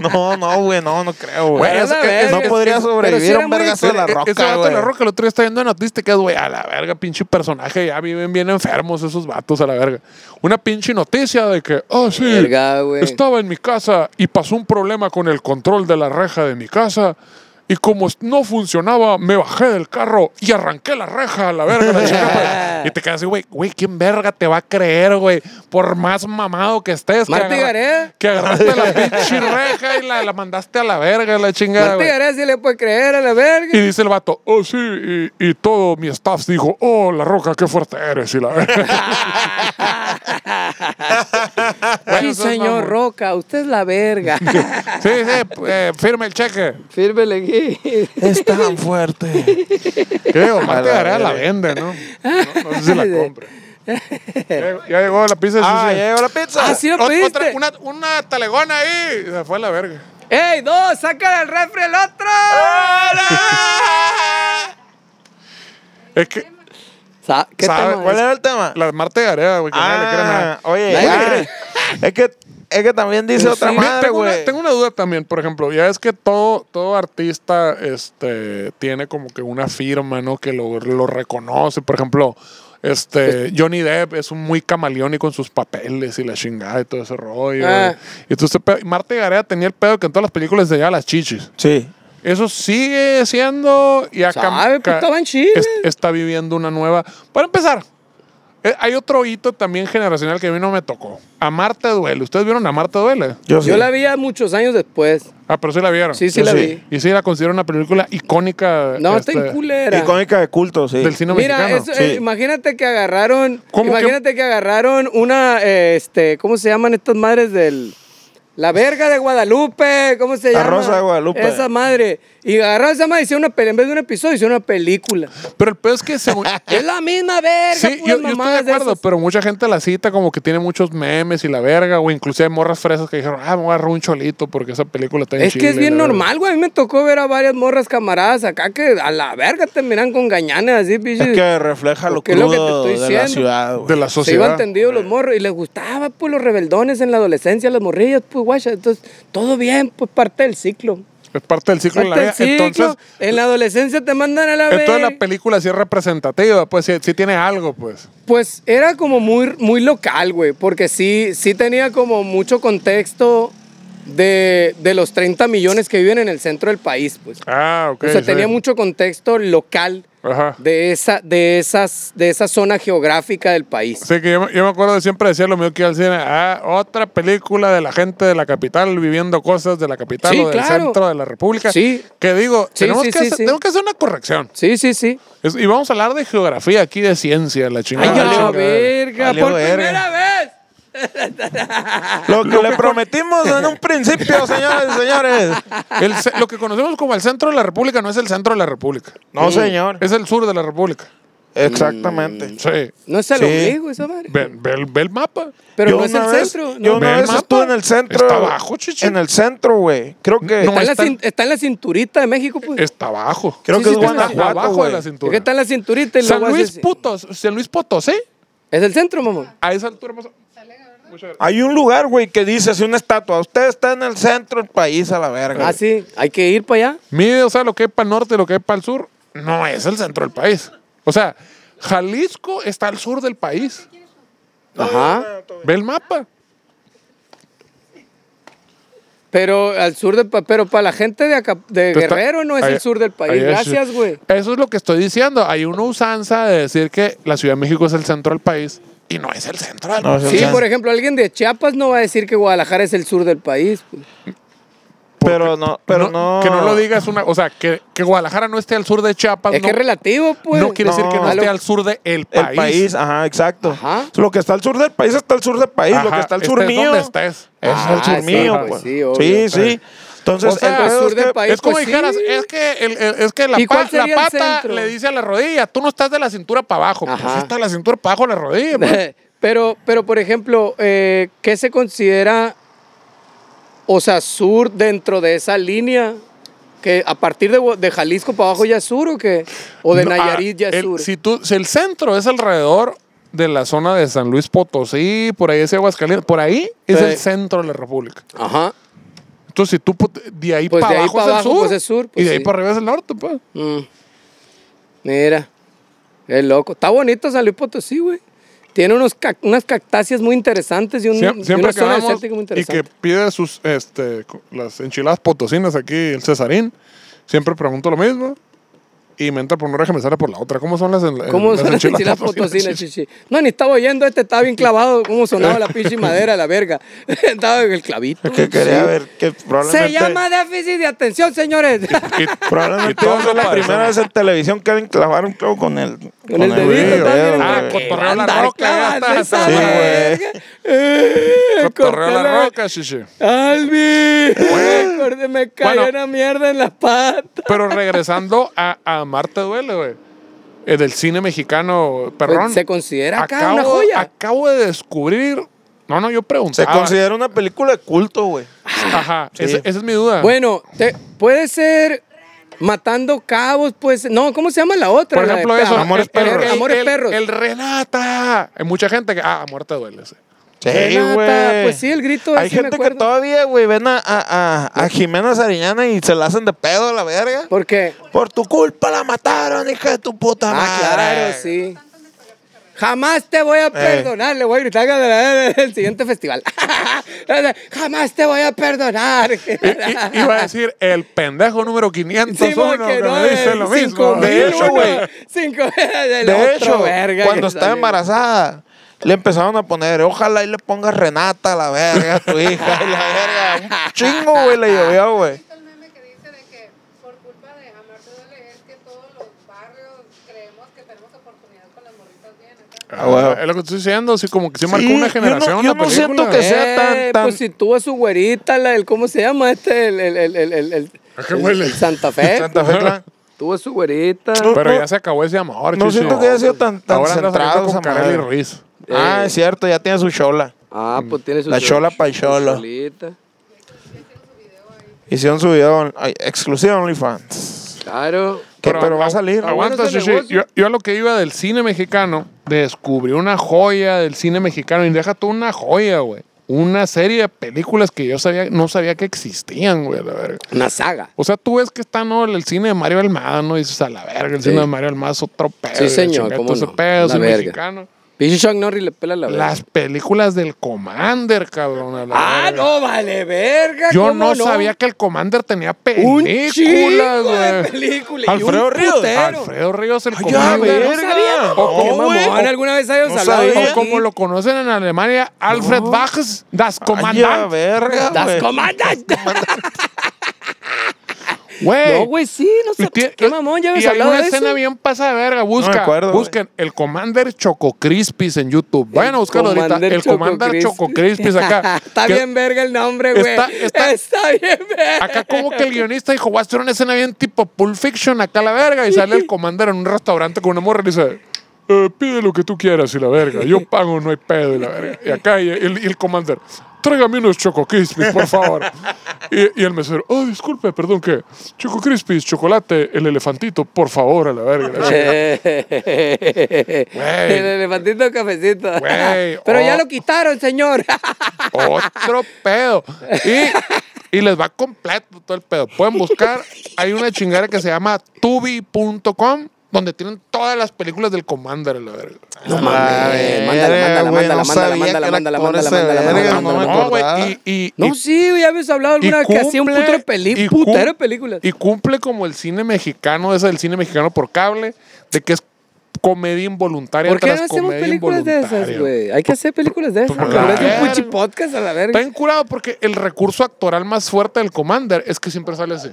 B: No, no, güey, no, no creo, güey.
A: Bueno,
C: es que-
B: Es- no
C: es-
B: podría
C: es- pero
B: sobrevivir
C: sí
B: a
C: era
B: un
C: muy-
B: vergazo de la
A: E- e-
B: roca,
A: Ese vato de
B: güey.
A: la roca, el otro día está viendo en noticias que es, güey, a la verga, pinche personaje, ya viven bien enfermos esos vatos, a la verga. Una pinche noticia de que, oh, sí,
C: Verga, güey.
A: estaba en mi casa y pasó un problema con el control de la reja de mi casa. Y como es- no funcionaba, me bajé del carro y arranqué la reja a la verga. la chingada. y te quedas así, güey, güey, ¿quién verga te va a creer, güey? Por más mamado que estés. que
C: Marta
A: agarra-
C: Gareda.
A: Que agarraste la pinche reja y la, la mandaste a la verga, la chingada.
C: Marta
A: güey.
C: Gareda sí le puede creer a la verga.
A: Y dice el vato, oh sí, y, y todo mi staff dijo, oh, la roca, qué fuerte eres. Y la <laughs>
C: sí,
A: eso es
C: señor
A: mamón.
C: Roca, usted es
A: <laughs>
C: la verga.
A: Sí, sí, eh, firme el cheque.
C: Fírmele aquí.
B: <laughs> Es tan fuerte.
A: Creo, Marte
B: la
A: Gareda la
B: verga.
A: vende, ¿no? No, no sé si la
C: <laughs>
A: compra. Ya, ya llegó la pizza. sí,
B: Ah,
A: sí.
B: ya llegó la pizza.
C: Ah, sí, lo
A: Ot- otra-
C: pediste.
A: una, una talegona ahí. Y Se fue a la verga.
C: ¡Ey, dos! ¡Saca del refri el otro!
A: Es que,
C: Sa- ¿Qué
A: ¿Sabe
C: tema
B: ¿Cuál
C: es?
B: era el tema?
A: la Marte Gareda, güey, que nadie le cree
B: Ah,
A: nada.
B: oye,
C: Nadie le
B: ah,
C: cree.
B: es que es que también dice otra
A: Sí,
B: madre,
A: tengo,
B: güey.
A: una, tengo una duda también, por ejemplo, ya es que todo, todo artista este, tiene como que una firma, ¿no? Que lo, lo reconoce, por ejemplo, este, Johnny Depp es un muy camaleónico en sus papeles y la chingada y todo ese rollo.
C: Ah.
A: Y entonces, este pe- Marta Gareda tenía el pedo que en todas las películas se llevaba las chichis.
B: Sí.
A: Eso sigue siendo y acá
C: Sabe, pues, estaba en Chile.
A: está viviendo una nueva. Para empezar, eh, hay otro hito también generacional que a mí no me tocó. A Marta duele. ¿Ustedes vieron a Marta duele?
B: Yo, sí.
C: Yo la vi a muchos años después.
A: Ah, pero sí la vieron.
C: Sí, sí
B: Yo
C: la
B: sí.
C: vi.
A: Y sí la considero una película icónica.
C: No,
A: este,
C: está en culera.
B: Icónica de culto, sí.
A: Del cine
C: Mira,
A: mexicano.
C: eso, eh,
B: Sí.
C: imagínate que agarraron.
A: ¿Cómo que-
C: Imagínate que... agarraron una. eh, este, ¿Cómo se llaman estas madres del. La verga de Guadalupe, ¿cómo se
B: La
C: llama?
B: Rosa de Guadalupe.
C: Esa madre. Y agarraron esa madre y hicieron una película. En vez de un episodio, hicieron una película.
A: Pero el peor es que según...
C: <laughs> Es la misma verga.
A: Sí,
C: puras
A: yo, yo estoy de
C: mamadas de
A: acuerdo,
C: esas.
A: pero mucha gente la cita como que tiene muchos memes y la verga, o inclusive morras fresas que dijeron, ah, me voy a agarrar un cholito porque esa película está en
C: Es que
A: Chile",
C: es bien
A: la verga.
C: normal, güey. A mí me tocó ver a varias morras camaradas acá que a la verga te miran con gañanes así, bichos.
B: Es que refleja lo
C: Porque es lo que te
B: crudo
C: estoy
B: de la
C: diciendo.
B: ciudad, güey.
A: De la
C: Se iban
A: sociedad. Eh.
C: tendidos los morros y les gustaba, pues, los rebeldones en la adolescencia, las morrillas, pues, guacha. Entonces, todo bien, pues, parte del ciclo.
A: Es parte del ciclo de la
C: Parte del
A: vida.
C: ciclo.
A: Entonces,
C: en la adolescencia te mandan a la
A: entonces la
C: verga.
A: película sí es representativa, pues sí, sí tiene algo, pues.
C: Pues, era como muy, muy local, güey, porque sí, sí tenía como mucho contexto de, de los 30 millones que viven en el centro del país, pues.
A: Ah, ok.
C: o sea,
A: sí.
C: tenía mucho contexto local
A: Ajá.
C: de esa, de esas, de esa zona geográfica del país.
A: Sí, que yo, me- yo me acuerdo, siempre decía lo mío que iba al cine, ah, otra película de la gente de la capital viviendo cosas de la capital
C: Sí,
A: o del
C: claro.
A: centro de la república.
C: Sí.
A: Que digo,
C: Sí,
A: tenemos
C: sí,
A: que
C: sí,
A: hacer,
C: sí.
A: tengo que hacer una corrección.
C: Sí, sí, sí.
A: Es- y vamos a hablar de geografía aquí, de ciencia, la
C: Ay,
A: chingada.
C: a la
B: valió
C: verga,
B: Valió
C: por
B: verga.
C: primera vez.
B: Lo que le prometimos en un principio, señores y señores.
A: El ce- lo que conocemos como el centro de la república no es el centro de la república.
B: No, señor.
A: Es el sur de la república.
C: Mm.
B: Exactamente.
A: Sí.
C: No es el
B: Sí.
C: ombligo esa madre.
A: Ve, ve el- ve el mapa.
C: Pero
B: Yo
C: no es
B: una
C: el
B: vez-
C: centro.
B: Yo
C: No.
A: Ve
B: una
A: el
B: vez
A: mapa.
B: estuve en el centro.
A: Está abajo, chichi.
B: En el centro, güey. Creo que.
A: No,
C: está, en la
A: está-
C: cin- está en la cinturita de México, pues.
A: Está abajo.
B: creo
C: sí,
B: que
C: sí,
B: es
C: está en la-
B: Guanajuato.
A: abajo
B: güey.
A: de la
C: ¿Por
A: cintura.
C: qué está en la cinturita? Y
A: San
C: luego
A: Luis
C: haces-
A: Putos, San Luis Potosí.
C: Es el centro, mamón.
A: A esa altura más. Muchas gracias.
B: Hay un lugar, güey, que dice así una estatua. Usted está en el centro del país a la verga.
C: Ah, sí. Hay que ir para allá.
A: Mide, o sea, lo que es para el norte y lo que es para el sur, no es el centro del país. O sea, Jalisco está al sur del país.
C: Ajá.
A: Ve el mapa.
C: Pero al sur del pa- pero para la gente de acá, de
A: Tú está-
C: Guerrero no es
A: ahí-
C: el sur del
A: ahí
C: país.
A: es-
C: Gracias, güey.
A: Eso es lo que estoy diciendo. Hay una usanza de decir que la Ciudad de México es el centro del país y no es el centro del
B: No,
A: país.
B: es el
C: Sí,
B: centro.
C: por ejemplo, alguien de Chiapas no va a decir que Guadalajara es el sur del país. pues.
B: Pero no, pero no.
A: Que no lo digas una. O sea, que, que Guadalajara no esté al sur de Chiapas.
C: Es
A: no,
C: que es relativo, pues.
A: no quiere decir que no
B: No.
A: esté al sur de el
B: El
A: país.
B: país. ajá, exacto.
C: Ajá.
B: Lo que está al sur del país está al sur del país. lo
A: Ajá,
B: que está al
A: estés
B: sur mío. Este
A: donde estés.
B: Es
C: Ah,
B: al sur
C: sí,
B: mío,
C: pues,
B: pues.
C: sí, obvio.
B: Sí, sí. Entonces,
A: O sea,
B: el
C: al
B: pedo
C: sur
B: es
C: del
B: que-
C: país,
A: es como
C: pues,
A: dijeras,
C: sí.
A: es que, el- el- es que la,
C: ¿Y
A: pa-
C: cuál
A: la
C: sería el
A: pata
C: centro?
A: le dice a la rodilla, tú no estás de la cintura para abajo, pues
C: Ajá.
A: está de la cintura para abajo la rodilla. pues.
C: Pero, pero por ejemplo, eh, ¿qué se considera, o sea, sur dentro de esa línea? Que a partir de, Gua- de Jalisco para abajo ya es sur o qué? <laughs> O de
A: No, ah,
C: Nayarit ya es
A: el-
C: sur.
A: Si, tú, si el centro es alrededor de la zona de San Luis Potosí, por ahí es Aguascalientes, por ahí es
C: Sí.
A: el centro de la República.
C: Ajá.
A: Entonces, si tú put- de ahí
C: Pues
A: para
C: de ahí
A: abajo,
C: pa'
A: es el
C: abajo,
A: sur,
C: pues, es sur, pues,
A: y de ahí
C: sí.
A: para arriba es el norte, pues.
C: Mm. Mira, es loco. Está bonito San Luis Potosí, güey. Tiene unos cac- unas cactáceas muy interesantes y, un,
A: Siem-
C: y
A: siempre
C: una
A: que
C: zona
A: vamos
C: desértica muy
A: y que
C: interesante.
A: pide sus este, co- las enchiladas potosinas aquí, el Cesarín, siempre pregunto lo mismo. Y me entra por una oreja y me sale por la otra. ¿Cómo son las, en-
C: ¿Cómo
A: las
C: <laughs> son las enchiladas potosinas,
A: chichi?
C: chichi? No, ni estaba oyendo, este estaba bien clavado, cómo sonaba
B: <laughs>
C: la pinche madera, la verga. <laughs> estaba en el clavito.
B: Que quería ver que probablemente.
C: Se llama déficit de
B: <laughs>
C: atención, señores.
A: Y
B: Probablemente
A: todo
B: va a ser la
A: para
B: primera vez en televisión que alguien clavaron clavo con el.
C: <laughs> Con el dedito
B: dedo,
A: Ah,
B: güey.
C: también.
A: con- cotorreo la
C: Andar
A: roca, ya está,
C: clavando esa
A: sí, güey.
C: verga. Eh,
A: Cotorreo
C: corté
A: la roca, chichi.
C: ¡Albi! Me acordé, Me cayó
A: Bueno.
C: una mierda en la pata.
A: Pero regresando a, a Marte Duele, güey. El del cine mexicano, perrón.
C: Se considera acá una joya.
A: Acabo de descubrir. No, no, yo pregunté.
B: Se considera una película de culto, güey.
A: Ajá,
B: Sí.
A: esa, esa es mi duda.
C: Bueno, te- puede ser Matando Cabos, pues. No, ¿cómo se llama la otra?
A: Por
C: La de
A: ejemplo,
C: pe-
A: eso.
B: Amores
A: el- el-
B: Perros.
A: el-
C: Amores
A: el-
C: Perros.
A: El Renata. Hay mucha gente que. Ah, muerte duele. sí.
B: Sí,
C: Renata,
B: güey.
C: pues sí, el grito
B: Hay
C: ese, me
B: gente que
C: acuerdo.
B: todavía, güey, ven a, a, a, a Jimena Sariñana y se la hacen de pedo a la verga.
C: ¿Por qué?
B: Por tu culpa la mataron, hija de tu puta
C: Ah,
B: madre.
C: claro, sí. Jamás te voy a perdonar, le voy a gritar en el siguiente festival. <laughs> Jamás te voy a perdonar.
A: I- i-
C: <laughs>
A: iba a decir el pendejo número 501
C: Sí, porque
A: que
C: no,
A: me dice lo mismo.
B: De
A: De
B: hecho,
A: hecho,
B: güey. De hecho, cuando
C: está
B: estaba embarazada, le empezaron a poner, ojalá y le pongas Renata a la verga, a tu hija, y la verga. Un chingo, güey, le llovió, güey.
D: visto el meme que dice de que por culpa de Amarte Duele es que todos los barrios creemos que tenemos oportunidad con las morritas bien acá?
A: Ah, bueno. es lo que estoy diciendo, así como que se marcó
B: Sí,
A: una
B: yo no-
A: generación.
B: yo
A: la
B: no siento
A: película.
B: que sea tan-
C: Eh,
B: tan-
C: Pues si tuvo a su güerita, la, el, ¿cómo se llama este? El, el, el, el, el, el-
A: ¿A qué huele?
C: el Santa
A: <laughs>
C: Fe.
B: Santa Fe, claro.
C: Tuvo a su güerita.
A: Pero
B: no-
A: ya se acabó ese amor.
B: No
A: chichi.
B: siento que haya sido tan, tan
A: Ahora andas
B: centrado
A: saliendo
B: esa
A: con Kareli
B: madre.
A: Ruiz.
B: Ah, es cierto, ya tiene su chola.
C: Ah, pues tiene su
B: La
C: cho-
B: chola pa'
C: su
B: cholo.
C: cholita.
B: Hicieron su video en- ay, exclusivo en OnlyFans.
C: Claro.
B: Que- Pero, va a salir.
C: agu-
A: Aguanta,
C: bueno ese
A: Shishi.
C: negocio.
A: Yo, yo a lo que iba del cine mexicano, descubrí una joya del cine mexicano. Y deja tú una joya, güey. Una serie de películas que yo sabía, no sabía que existían, güey, a la verga.
C: Una saga.
A: O sea, tú ves que está, ¿no? El cine de Mario Almada, ¿no? Dices, a la verga, el cine
C: Sí.
A: de Mario Almada es otro pedo.
C: Sí,
A: y la
C: señor,
A: chingada,
C: cómo
A: todo ese
C: no.
A: pedo,
C: La
A: cine
C: verga.
A: mexicano.
C: Pinche Chuck Norris le pela la verga.
A: Las películas del Commander, cabrón, a la
C: Ah,
A: verga.
C: no, vale, verga.
A: Yo
C: ¿cómo
A: no, sabía que el Commander tenía
C: Un
A: películas,
C: chico de
A: güey.
C: película. y un
B: Alfredo Ríos.
C: putero. Ah,
A: Alfredo Ríos, el
B: Ay, ya,
A: Commander.
B: verga.
C: No sabía. Oh,
A: O
C: Qué
A: como-
C: mamón, alguna vez habíamos
B: No
C: hablado
B: sabía.
C: de
A: O como lo conocen en Alemania, Alfred Baches,
C: Ah,
A: Das
B: Ay, ya,
A: Kommandant.
B: verga,
C: Das
B: güey.
C: comandantes. No,
A: Güey.
C: güey, sí, no
A: Y
C: sé.
A: tiene-
C: Qué mamón, ya habías
A: y hay
C: hablado
A: una
C: de
A: escena
C: eso.
A: bien pasada de verga. Busca,
B: me acuerdo, güey.
A: busquen el Commander Choco Crispis en YouTube. Vayan a buscarlo ahorita.
C: Commander
A: El
C: Choco
A: Commander
C: Crispis.
A: Choco Crispis acá.
C: <laughs> está
A: Que-
C: bien verga el nombre, güey.
A: Está-
C: Está,
A: está-
C: bien verga.
A: Acá como que el guionista dijo, voy a hacer una escena bien tipo Pulp Fiction acá a la verga. Y sale el Commander en un restaurante con una morra y dice... "Eh, pide lo que tú quieras y la verga. Yo pago, no hay pedo y la verga. Y acá y el, y el Commander, tráigame unos Choco Crispis, por favor. Y, y el mesero, oh, disculpe, perdón, ¿qué? Choco Crispis, chocolate, el elefantito, por favor, a la verga. La verga. Güey.
C: <laughs> el elefantito cafecito.
A: Güey,
C: <laughs> Pero
A: oh.
C: ya lo quitaron, señor. <laughs>
A: Otro pedo. Y, y les va completo todo el pedo. Pueden buscar, hay una chingada que se llama tubi.com, donde tienen todas las películas del Commander. a La verga.
C: No
B: Ay,
C: Mándala, mándala,
B: güey, no
C: mándala, mándala,
B: sabía que
C: mándala,
B: el
C: mándala,
B: actor
C: mándala,
B: ese
C: mándala,
B: verga,
C: mándala,
B: no me
C: mándala.
A: No, güey,
B: acordaba.
A: y- y- y-
C: No, sí, ya habías hablado
A: y
C: alguna vez que hacía un
A: cumple-
C: putero de peli-
A: y cum-
C: putero de películas.
A: Y cumple como el cine mexicano, ese del cine mexicano por cable, de que es comedia involuntaria
C: ¿Por qué
A: tras
C: no hacemos
A: comedia Pues
C: películas de esas,
A: involuntaria.
C: güey? Hay que hacer películas de esas.
A: Por
C: Porque
A: la
C: ahorita un
A: verga.
C: puchi podcast a la
A: Está
C: verga.
A: bien curado porque el recurso actoral más fuerte del Commander es que siempre sale así.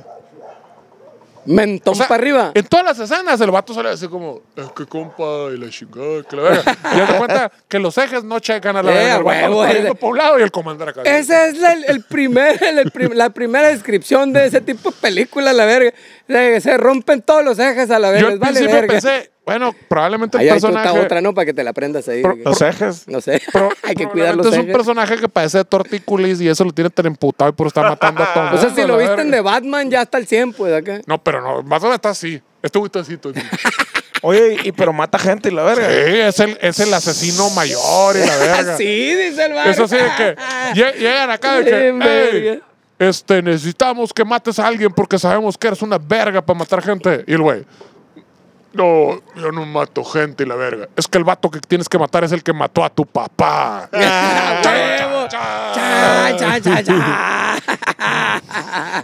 C: Mentón
A: O sea,
C: para arriba.
A: En todas las escenas el vato sale así como, es que compa, y la chingada, que la verga. Y ya te cuenta que los ejes no checan a la
C: Eh,
A: verga. El vato
C: huevo,
A: está
C: eh.
A: viendo pa' un lado y el comandante acá.
C: Esa es la, el- el primer, el prim- la primera descripción de ese tipo de película, a la verga. O sea, que Se rompen todos los ejes a la verga.
A: Yo
C: les
A: al
C: vale
A: principio
C: verga.
A: pensé, Bueno, probablemente el
C: Ahí hay tota
A: personaje.
C: otra, ¿no? Para que te la aprendas ahí.
A: Pro-
C: de que-
B: Los ejes.
C: no sé.
A: pro-
C: <laughs> hay que cuidar
A: probablemente
C: los
A: Es un
C: ejes.
A: personaje que padece de tortícolis y eso lo tiene tan emputado y por estar matando a todo.
C: <laughs> O sea,
A: mundo,
C: si
A: la
C: lo
A: verga.
C: visten de Batman, ya hasta el 100, pues acá.
A: No, pero no, más o menos está así. Este güey está así. todo así.
B: Oye, y, pero mata gente y la
A: Sí,
B: verga.
A: es el, es el asesino mayor
C: <laughs>
A: y la verga.
C: Así, dice el barrio.
A: Eso sí, de
C: <laughs>
A: que lle- llegan acá de que,
C: Bien, verga.
A: "Ey, este, necesitamos que mates a alguien porque sabemos que eres una verga para matar gente. Y el güey, no, yo no mato gente y la verga. Es que el vato que tienes que matar es el que mató a tu papá.
C: Ah, Huevo. Cha, cha, cha, cha.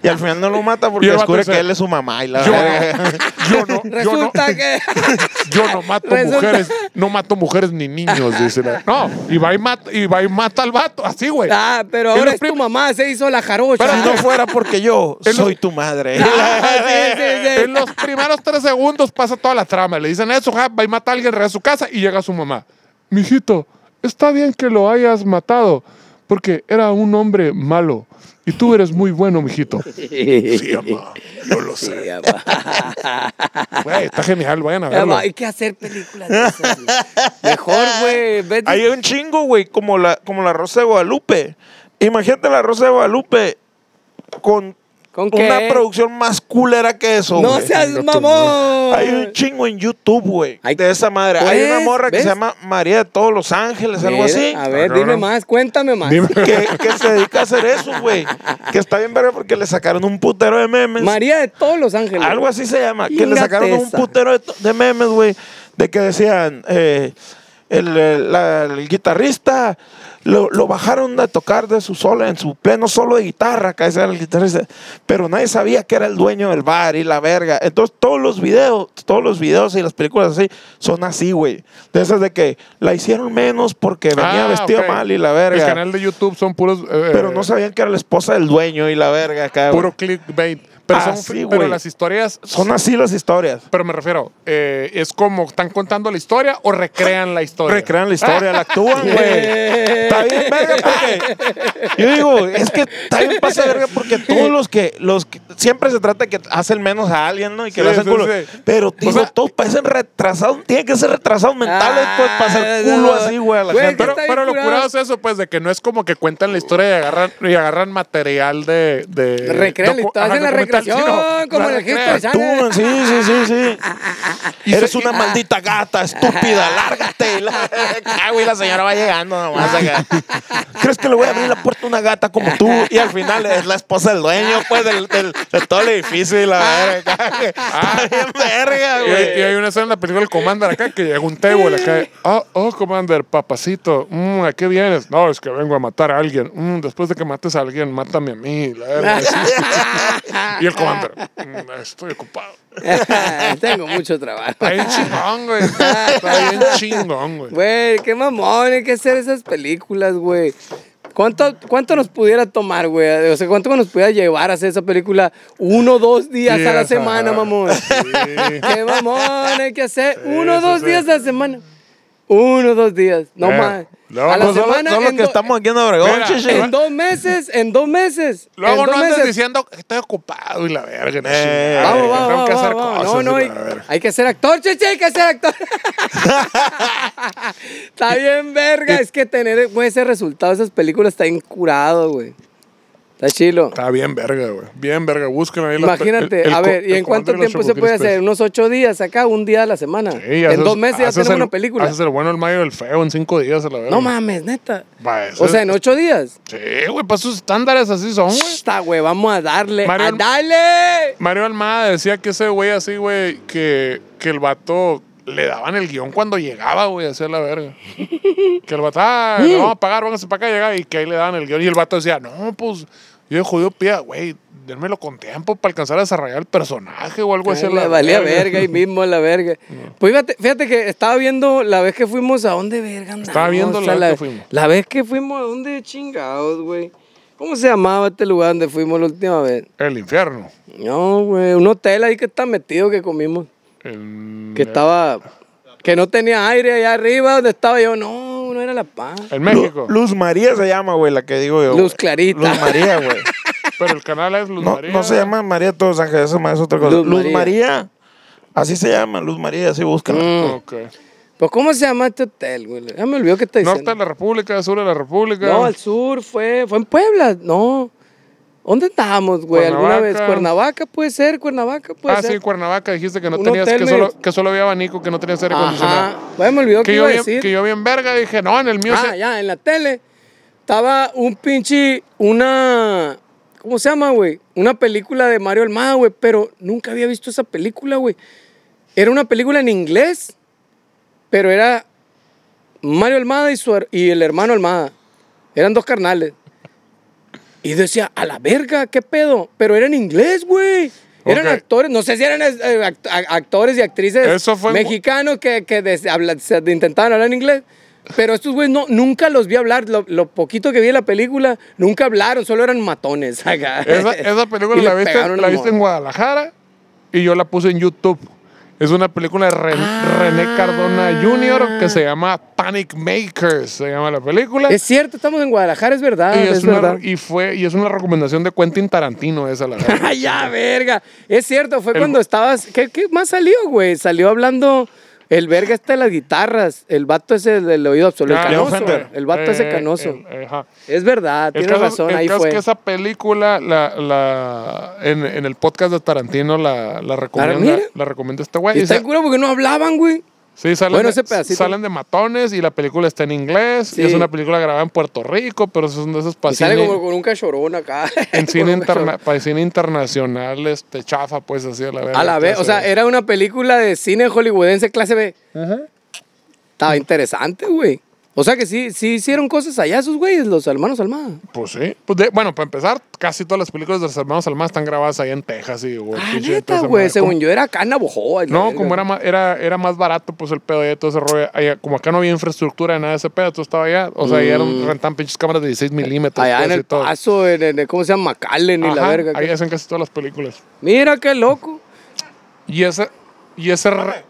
B: Y al final no lo mata
A: Y
B: porque
A: el vato
B: descubre
A: dice,
B: que él es su mamá y la
A: Yo
B: verga.
A: no, yo no, <laughs> yo no,
C: Resulta que. <laughs>
A: yo no mato
C: Resulta-
A: mujeres, no mato mujeres ni niños, dice la- No, y va y mata, y va y mata al vato, así, güey.
C: Ah, pero
A: Es
C: ahora
A: lo
C: es tu
A: prim-
C: mamá, se hizo la jarocha.
B: Pero si
C: <laughs>
B: no fuera porque yo
A: Él no-
B: soy tu madre.
C: Ah, sí, sí, sí.
A: En los primeros tres segundos pasa toda la trama. Le dicen eso, ja, va y mata a alguien, regresa a su casa y llega su mamá. Mijito, está bien que lo hayas matado, porque era un hombre malo. Y tú eres muy bueno, mijito. Sí, mamá, yo lo sé.
C: Sí, apa.
A: Güey, está genial, vayan a
C: Ya
A: verlo.
C: va, Hay que hacer películas de esas, güey. Mejor, Ah, güey. Vete.
B: Hay un chingo, güey, como la, como la Rosa de Guadalupe. Imagínate la Rosa de Guadalupe con,
C: ¿Con
B: una
C: qué?
B: producción más culera que eso,
C: No
B: güey.
C: seas mamón.
B: Hay un chingo en YouTube, güey,
C: Ay,
B: de esa madre. Hay
C: ¿ves?
B: una morra que
C: ¿ves?
B: se llama María de todos los ángeles, algo
C: Mira,
B: así.
C: A ver, dime más, cuéntame más.
A: Dime.
B: Que, que se dedica a hacer eso, güey. Que está bien verga porque le sacaron un putero de memes.
C: María de todos los ángeles.
B: Algo así se llama. Que le
C: Chingate
B: sacaron un
C: esa.
B: putero de, to- de memes, güey. De que decían, eh, el, el- la- el guitarrista lo, lo bajaron a tocar de su solo, en su pleno solo de guitarra, que ese era el guitarrista. Pero nadie sabía que era el dueño del bar y la verga. Entonces todos los videos, todos los videos y las películas así son así, güey. De esas de que la hicieron menos porque venía
A: Ah,
B: vestido
A: ok.
B: mal y la verga.
A: El canal de YouTube son puros. eh,
B: Pero no sabían que era la esposa del dueño y la verga acá, güey.
A: Puro clickbait. Pero,
B: Ah,
A: son-
B: sí,
A: pero
B: güey.
A: las historias.
B: Son así las historias.
A: Pero me refiero, eh, es como están contando la historia o recrean la historia.
B: Recrean
A: <laughs>
B: la historia, la actúan, güey. Está bien verga porque. Yo digo, es que está bien pasa de verga porque todos los que, los que- Siempre se trata de que hacen menos a alguien, ¿no? Y
A: Sí,
B: que lo hacen
A: sí,
B: culo.
A: sí.
B: Pero, tío,
A: sea-
B: todos parecen retrasados. Tienen que ser retrasados mentales, pues, para hacer culo así, güey, a la
C: Güey,
B: gente.
C: que
A: Ah, Pero,
C: está bien
A: pero lo
C: curado.
A: curado es eso, pues, de que no es como que cuentan la historia y agarran, y agarran material de. de
C: Recrean la
A: docu-
C: historia,
A: ajá,
C: hacen la
A: documental,
C: recreación,
A: sino la
C: como en el
A: recrean.
C: History Channel.
B: Actúan, sí, sí, sí, <laughs> sí.
A: Y
B: Eres
A: se-
B: una maldita gata, <laughs> estúpida, lárgate. La, Ah, güey, la señora va llegando nomás acá. <laughs> ¿Crees que le voy a abrir la puerta a una gata como tú? Y al final es la esposa del dueño, pues, del, del- de todo el edificio y la <laughs> verga. Está bien verga,
A: Y hay, y hay
B: güey.
A: una escena en la película del Commander acá que llega un table acá. Oh, oh, Commander, papacito, mm, ¿a qué vienes? No, es que vengo a matar a alguien. Mm, después de que mates a alguien, mátame a mí. la verga.
C: <laughs>
A: y el Commander, "Mm, estoy ocupado.
C: Tengo mucho trabajo.
A: Está bien chingón, güey. Está bien chingón, güey.
C: Güey, qué mamón, hay que hacer esas películas, güey. ¿Cuánto, ¿Cuánto nos pudiera tomar, güey? O sea, ¿cuánto nos pudiera llevar a hacer esa película? Uno, dos días a la
A: Días,
C: semana,
A: ajá.
C: mamón. Qué mamón, hay que hacer uno,
A: sí,
C: dos
A: sí.
C: días a la semana. Uno, dos días, no
A: Bueno,
C: más.
A: luego,
C: a la
A: pues,
B: Solo-
C: semana,
B: Solo
C: en
B: que
C: do-
B: estamos aquí en Obregón,
A: Mira,
B: chichi.
C: En dos meses, en dos meses.
A: Luego
C: en
A: no
C: dos
A: andes
C: meses.
A: diciendo que estoy ocupado y la verga. no
B: Eh,
A: chingada,
C: Vamos,
A: que
C: vamos,
A: tengo que
C: vamos,
A: hacer
C: vamos.
A: cosas
C: No, no,
A: y
C: hay,
A: la verga.
C: hay que ser actor, cheche, hay que ser actor. <laughs> está bien, verga. Es que tener güey, ese resultado de esas películas está incurado, güey. Está chilo.
A: Está bien verga, güey. Bien verga. Busquen ahí las pe-
C: Imagínate,
A: el- el
C: a
A: co-
C: ver, ¿y
A: el
C: en cuánto
A: comando y los
C: tiempo se puede
A: chococrispes.
C: hacer? Unos ocho días acá, un día a la semana.
A: Sí,
C: en
A: haces-
C: dos meses ya
A: haces
C: tenemos
A: el-
C: una película.
A: Haces el bueno, el mayo y el feo en cinco días a la verga.
C: No mames, neta.
A: Va, eso
C: O sea,
A: es-
C: en ocho días.
A: Sí, güey, para sus estándares así son, güey.
C: Está, güey, vamos a darle.
A: Mario-
C: ¡A darle!
A: Mario Almada decía que ese güey así, güey, que, que el vato le daban el guión cuando llegaba, güey, así a la verga. que el vato, ah,
C: <laughs>
A: le vamos a pagar, vángase para acá, llegaba y que ahí le daban el guión. Y el vato decía, no, pues, yo de jodido pía, güey, dénmelo con tiempo para alcanzar a desarrollar el personaje o algo así. a
C: Ay, Le valía verga ahí mismo
A: <laughs>
C: la verga. Pues fíjate, fíjate que estaba viendo la vez que fuimos a dónde verga andamos?
A: Estaba viendo
C: O
A: la
C: sea,
A: vez que fuimos.
C: La vez que fuimos a dónde chingados, güey. ¿Cómo se llamaba este lugar donde fuimos la última vez?
A: El infierno.
C: No, güey, un hotel ahí que está metido que comimos.
A: En,
C: Que estaba que no tenía aire allá arriba donde estaba yo. No, no era La Paz.
A: en
B: Lu-
A: México.
B: Luz María se llama, güey, la que digo yo.
C: Luz
B: güey.
C: Clarita.
B: Luz María, <laughs> güey.
A: Pero el canal es Luz
B: No,
A: María.
B: no se llama María de Todos los Ángeles, eso más es otra cosa.
C: Luz
B: Luz,
C: María.
B: María. Así se llama, Luz María, así búscala.
A: Ok.
C: Pues, ¿cómo se llama este hotel, güey? Ya me olvidó que te
A: Norte de la República, sur de la República.
C: No, al sur fue, fue en Puebla, no. ¿Dónde estábamos, güey? ¿Alguna vez?
A: Cuernavaca.
C: Cuernavaca puede ser, Cuernavaca puede
A: ah,
C: ser.
A: sí, Cuernavaca, dijiste que no
C: Un
A: tenías,
C: hotel
A: que
C: de-
A: solo, que solo había abanico, que no tenías aire
C: Ajá.
A: acondicionado.
C: Pues me olvidó que
A: Que yo,
C: iba a
A: bien,
C: decir.
A: que yo bien verga dije, no, en el mío
C: Ah,
A: se-
C: ya, en la tele estaba un pinche, una, ¿cómo se llama, güey? Una película de Mario Almada, güey, pero nunca había visto esa película, güey. Era una película en inglés, pero era Mario Almada y, su, her- y el hermano Almada. Eran dos carnales. Y decía, a la verga, ¿qué pedo? Pero era en inglés, güey. Eran
A: Ok.
C: actores, no sé si eran eh, act- a- actores y <laughs> actrices
A: Eso fue en-
C: mexicanos que, que des- habla- se- intentaban hablar en inglés. Pero estos güeyes no, nunca los vi hablar. Lo, lo poquito que vi de la película, nunca hablaron, solo eran matones. <laughs>
A: <laughs>
C: acá.
A: Esa, esa película
C: Y
A: la
C: le
A: viste,
C: pegaron
A: la
C: al
A: viste en
C: morro.
A: Guadalajara y yo la puse en YouTube. Es una película de Ren-
C: Ah.
A: René Cardona Jr. que se llama Panic Makers, se llama la película.
C: Es cierto, estamos en Guadalajara, es verdad.
A: y,
C: es,
A: es una,
C: verdad.
A: y, fue, y es una recomendación de Quentin Tarantino esa, la verdad.
C: <laughs> ¡Ay, ya, verga! Es cierto, fue
A: El-
C: cuando estabas. ¿qué, qué más salió, güey? Salió hablando el verga este de las guitarras. El vato ese del oído absoluto.
A: Ah,
C: el
B: Leo
C: canoso,
B: Fender.
C: güey, El vato ese
A: Eh,
C: canoso.
A: el- eh, ajá.
C: es verdad,
A: El
C: Ah, tienes
A: caso es-
C: razón,
A: el
C: ahí
A: caso
C: fue.
A: es que esa película, la, la, en, en el podcast de Tarantino, la, la recomienda,
C: Ah, mira.
A: la recomienda este güey.
C: Y
A: Y
C: está
A: sa-
C: en cura porque no hablaban, güey.
A: Sí, salen,
C: Bueno, ese
A: de,
C: pedacito.
A: salen de matones y la película está en inglés.
C: Sí.
A: Y es una película grabada en Puerto Rico, pero son de esos
C: Y sale
A: pasines.
C: como <laughs> con un cachorón acá.
A: En
C: Con
A: cine,
C: un
A: interna-
C: cachorrón.
A: pa- cine internacional, este, chafa, pues así a la vez.
C: <laughs> A la vez, o sea, era una película de cine hollywoodense clase B. Estaba interesante, güey. O sea que sí, sí hicieron cosas allá esos güeyes, los hermanos Almada.
A: Pues sí. Pues de- bueno, para empezar, casi todas las películas de los hermanos Almada están grabadas ahí en Texas. Y, güey,
C: Ah,
A: pinche
C: neta,
A: Texas,
C: güey.
A: madre.
C: Según
A: Como-
C: yo era Cana Bojoa.
A: No, como era más, era, era más barato, pues el pedo de todo ese rollo. Allá- como acá no había infraestructura, nada de ese pedo, todo estaba allá. O sea, ahí eran, rentan pinches cámaras de 16 milímetros.
C: Mm. Eh, Allá
A: pues,
C: en
A: y
C: el
A: todo.
C: paso, en, en- ¿cómo se llama? McAllen y la
A: Ajá,
C: verga.
A: Ahí
C: que-
A: hacen casi todas las películas.
C: Mira qué loco.
A: Y ese, y ese, re-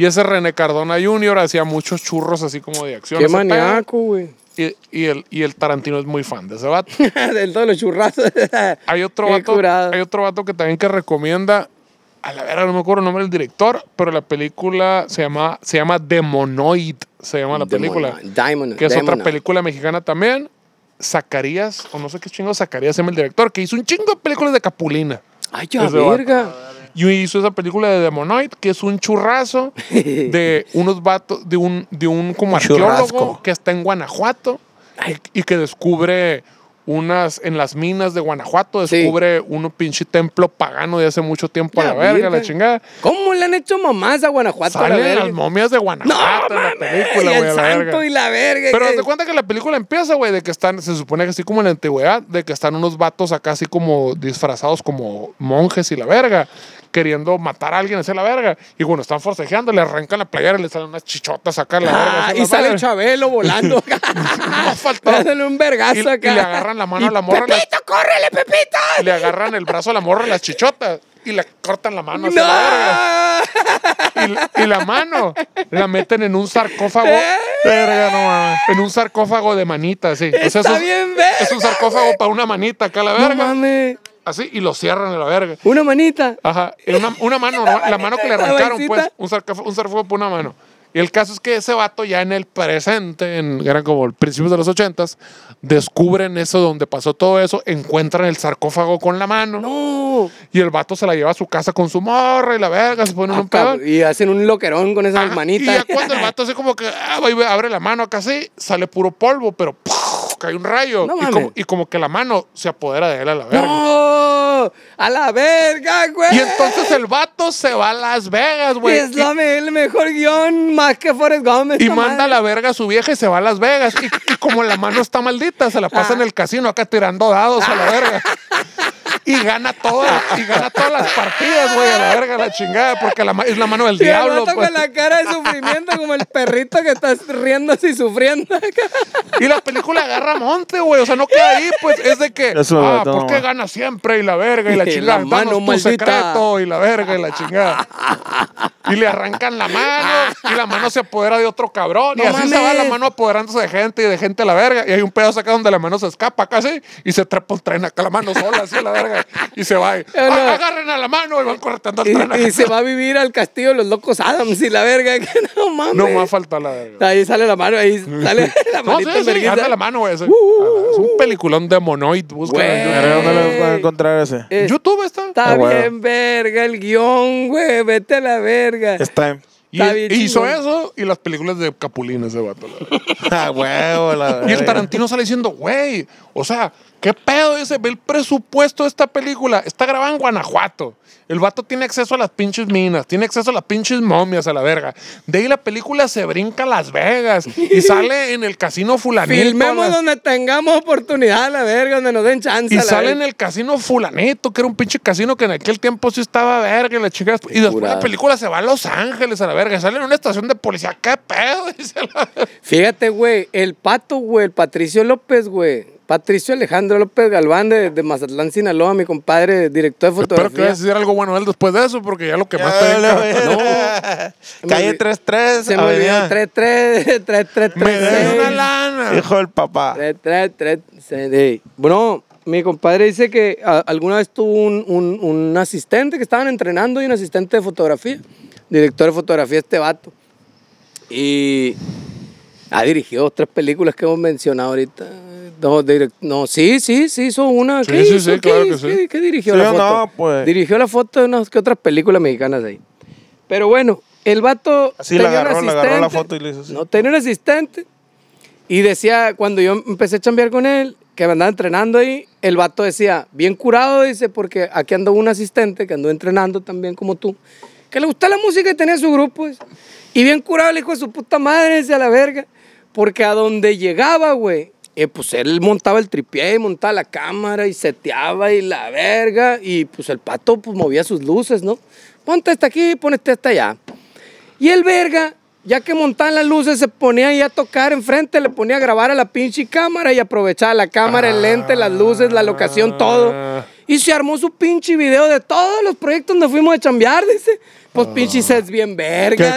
A: y ese René Cardona Jr. hacía muchos churros así como de acción.
C: Qué
A: ese pedo.
C: maníaco, güey. <laughs>
A: Y, y el, y el Tarantino es muy fan de ese vato.
C: Del todos los churrazos.
A: Hay otro,
C: Qué
A: vato,
C: curado.
A: hay otro vato que también que recomienda, a la verga no me acuerdo el nombre del director, pero la película se llama, se llama Demonoid, se llama la película.
C: Diamond, Diamond,
A: que es otra
C: Diamond.
A: película mexicana también. Zacarías, o no sé qué chingo Zacarías se llama el director, que hizo un chingo de películas de Capulina.
C: Ay, ya,
A: Ese vato.
C: verga.
A: Y hizo esa película de Demonoid, que es un <laughs> churrazo de unos vatos, de un, de un como arqueólogo
B: churrasco.
A: que está en Guanajuato y, y que descubre unas, en las minas de Guanajuato,
C: Sí.
A: descubre un pinche templo pagano de hace mucho tiempo a la
C: Ya,
A: verga, la
C: virgen.
A: chingada.
C: ¿Cómo le han hecho mamás a Guanajuato? a la
A: Salen
C: verga?
A: las momias de
C: No,
A: Guanajuato en la
C: mames,
A: película,
C: y
A: güey, a
C: el
A: la
C: santo
A: verga.
C: y la verga.
A: Pero
C: que-
A: te cuenta que la película empieza, güey, de que están, se supone que así como en la antigüedad, de que están unos vatos acá así como disfrazados como monjes y la verga, queriendo matar a alguien hacia la verga. Y bueno, están forcejeando, le arrancan la playera y le salen unas chichotas acá a la verga.
C: Ah,
A: hacia
C: y
A: la
C: sale
A: verga. <laughs>
C: Chabelo volando.
A: faltó.
C: <laughs> Dándole un vergazo
A: Y- y le
C: acá.
A: agarran la mano a la
C: Y,
A: morra, la-
C: ¡Pepito, córrele, Pepito!
A: Le agarran el brazo a la morra, las chichotas, y le cortan la mano hacia la verga.
C: ¡No!
A: y, la- y la mano la meten en un sarcófago. Verga, no mames. En un sarcófago de manita, sí. O sea,
C: Está
A: es un-
C: bien verga,
A: Es un sarcófago para una manita acá, la
C: No
A: verga.
C: mames.
A: así, y lo cierran a la verga.
C: Una manita.
A: Ajá. y Una, una mano, ¿no? la mano que le
C: La
A: arrancaron, pues.
C: bolsita.
A: Un sarcófago, un sarcófago por una mano. Y el caso es que ese vato ya en el presente, en, eran como el principios de los ochentas, descubren eso donde pasó todo eso, encuentran el sarcófago con la mano
C: No.
A: y el vato se la lleva a su casa con su morra y la verga, se ponen
C: Ah,
A: un pedo.
C: cabrón, y hacen un loquerón con esas
A: Ajá,
C: manitas.
A: Y ya cuando el vato hace como que ah, va y abre la mano acá así, sale puro polvo, pero ¡puf! cae un rayo.
C: No
A: y,
C: mames.
A: como, y como que la mano se apodera de él a la verga.
C: ¡No! ¡A la verga, güey!
A: Y entonces el vato se va a Las Vegas, güey.
C: Es
A: Y-
C: la me- el mejor guión, más que Forrest Gump.
A: Y
C: esta
A: manda a
C: madre.
A: la verga a su vieja y se va a Las Vegas. Y, y como la mano está maldita, se la
C: Ah.
A: pasa en el casino acá tirando dados a la
C: <laughs>
A: verga. Y gana todas, y gana todas las partidas, güey, a la verga, a la chingada, porque la ma- es la mano del
C: Y el
A: diablo.
C: vato
A: pues.
C: con la cara de sufrimiento, como el perrito que está riéndose y sufriendo.
A: Y la película agarra monte, güey. O sea, no queda ahí, pues. Es de que,
B: Eso,
A: ah,
B: no,
A: ¿por qué
B: güey.
A: gana siempre? Y la verga, y la
C: Y <laughs> la
A: chingada.
C: mano
A: Danos tu
C: maldita.
A: secreto, y la verga, y la chingada. Y le arrancan la mano, y la mano se apodera de otro cabrón. y
C: No
A: así se va la
C: mames.
A: mano apoderándose de gente, y de gente a la verga. Y hay un pedazo acá donde la mano se escapa casi, y se trepa un tren acá la mano sola, así a la verga. y se va. y,
C: no.
A: "Ah, Agarren a la mano y van cortando al tren.
C: Y, y se va a vivir al castillo de los locos Adams y la verga. <laughs> que no mames.
A: No más falta la verga.
C: Ahí sale la
A: <laughs>
C: mano, ahí sale la
A: No, sí,
C: manita
A: sí,
C: verguiza.
A: anda la mano, güey. sí.
C: uh,
A: es un peliculón de Monoid. Busca
C: Güey.
A: en
B: A ver, ¿Dónde
A: YouTube.
B: lo van a encontrar ese?
C: Eh,
A: En YouTube está.
C: Está
B: Ah, bueno.
C: bien, verga, el guión, güey. Vete a la verga.
B: Es time.
A: Y
C: está bien
A: hizo
C: chingón.
A: eso y las películas de Capulín ese vato. la verga.
B: Ah, huevo,
A: <laughs>
B: la
A: Y el
B: verga.
A: Tarantino sale diciendo, güey, o sea, ¿qué pedo ese? Ve el presupuesto de esta película. Está grabada en Guanajuato. El vato tiene acceso a las pinches minas, tiene acceso a las pinches momias a la verga. De ahí la película se brinca a Las Vegas
C: <laughs>
A: y sale en el casino fulanito.
C: Filmemos
A: a la-
C: donde tengamos oportunidad, a la verga, donde nos den chance.
A: Y
C: a la
A: sale en
C: verga.
A: el casino fulanito, que era un pinche casino que en aquel tiempo sí estaba verga y la chica... Y después
C: curada.
A: la película se va a Los Ángeles a la verga. Sale en una estación de policía. ¿Qué pedo? <laughs> Dice la-
C: Fíjate, güey, el pato, güey, el Patricio López, güey. Patricio Alejandro López Galván de, de Mazatlán, Sinaloa, mi compadre, director de
A: Espero que
C: fotografía.
A: vayas a decir algo bueno de él después de eso, porque ya lo
B: Ya
A: quemaste. bien
B: valió
A: cabrón.
B: verga. Calle 33,
C: Se me olvidó.
B: avenida.
C: 3, <laughs> 3, 3, 3,
A: Me debes una
C: 3.
A: lana.
B: Hijo del papá.
C: 3, 3, 3, 6. Bueno, mi compadre dice que a- alguna vez tuvo un, un- un asistente que estaban entrenando y un asistente de fotografía, director de fotografía, este vato. Y ha dirigido tres películas que hemos mencionado ahorita. No, direc- no, sí, sí, sí, hizo una.
A: Sí,
C: ¿Qué
A: sí,
C: hizo?
A: sí,
C: ¿Qué
A: claro
C: hizo?
A: que sí.
C: ¿Qué- qué dirigió
B: Sí
C: la
B: o
C: foto?
B: no, pues.
C: Dirigió la foto de unas que otras películas mexicanas ahí. Pero bueno, el vato
B: Así la
C: tenía un
B: agarró, la agarró la
C: asistente.
B: foto y le hizo así.
C: No, tenía un asistente. Y decía, cuando yo empecé a chambear con él, que me andaba entrenando ahí, el vato decía, bien curado, dice, porque aquí andó un asistente que andó entrenando también como tú, que le gustaba la música y tenía su grupo. dice. Y bien curado el hijo de su puta madre, dice, a la verga. Porque a donde llegaba, güey, eh, pues él montaba el tripié y montaba la cámara y seteaba y la verga. Y pues el pato pues movía sus luces, ¿no? Ponte hasta aquí, ponete hasta allá. Y el verga, ya que montaban las luces, se ponía ahí a tocar enfrente, le ponía a grabar a la pinche cámara y aprovechaba la cámara, el lente, las luces, la locación,
B: Ah.
C: todo. Y se armó su pinche video de todos los proyectos donde fuimos a chambear, dice. Pues pinche sets bien verga,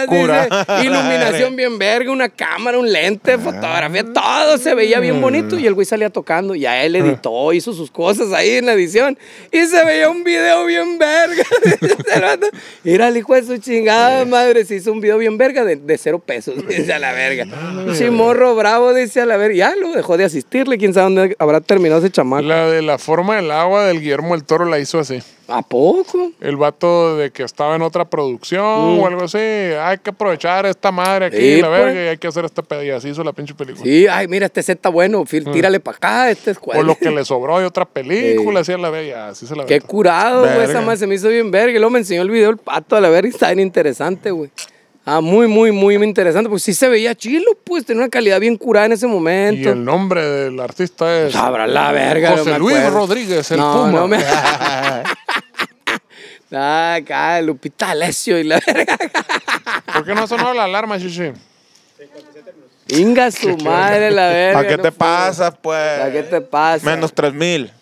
B: Ah. Qué cura.
C: dice. Iluminación bien verga, una cámara, un
A: Ah.
C: lente, fotografía, todo se veía bien bonito. Y el güey salía tocando. Y
A: Ah.
C: a él editó, hizo sus cosas ahí en la edición. Y se veía un video bien verga. <laughs> dice el vato. Era el hijo de su chingada madre. Se hizo un video bien verga de, de cero pesos. <laughs> Dice a la verga.
A: Ah,
C: Chimorro bravo, dice a la verga. Ya lo dejó de asistirle. Quién sabe dónde habrá terminado ese chamaco.
A: La de la forma del agua del Guillermo el Toro la hizo así.
C: ¿A poco?
A: El vato de que estaba en otra producción o algo así. Hay que aprovechar esta madre aquí,
C: Mm. Sí,
A: la
C: pues.
A: verga, y hay que hacer esta pedida. Y así hizo la pinche película.
C: Sí, ay, mira, este set está bueno. Phil, tírale para acá. Este es
A: Ah. O
C: cuadro.
A: lo que le sobró de otra película, así la bella, así se la
C: Qué
A: aventó.
C: curado, güey. Esa
B: Verga.
C: madre se me hizo bien verga. Y luego me enseñó el video el pato a la verga. y Está bien interesante, güey. Ah, muy, muy, muy interesante. Pues sí se veía chilo, pues. Tenía una calidad bien curada en ese
A: Y
C: momento.
A: el nombre del artista es
C: Pues Sabrá la verga. no
A: José
C: me
A: Luis
C: acuerdo.
A: Rodríguez, el
C: No,
A: Puma.
C: no me- Ah, acá, Lupita Alessio y la <laughs> verga.
A: <laughs> ¿Por qué no sonó la alarma, Shishi?
C: Inga su madre, la verga.
B: ¿Para qué
C: no
B: te
C: fue.
B: pasas, pues?
C: ¿Para qué te pasa?
B: Menos 3 mil.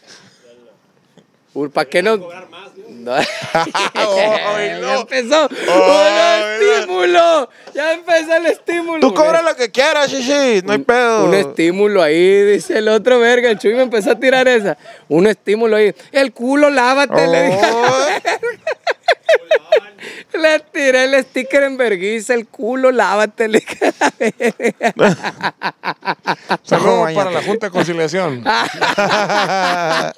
C: Uy, ¿Para qué no? <laughs> No. ya
B: Ah, no.
C: empezó.
B: Ay,
C: ¡Un estímulo! Ya empezó el estímulo.
B: Tú
C: güey.
B: cobra lo que quieras, Shishi. No hay pedo.
C: Un estímulo ahí, dice el otro verga. El Chuy me empezó a tirar esa. Un estímulo ahí. El culo, lávate, le dije.
B: Oh,
C: <laughs> Le tiré el sticker en vergüenza. El culo, lávate, le dije a la verga.
A: Saludos
B: bañate.
A: para la Junta de
C: <laughs>
A: Conciliación.
B: <laughs> claro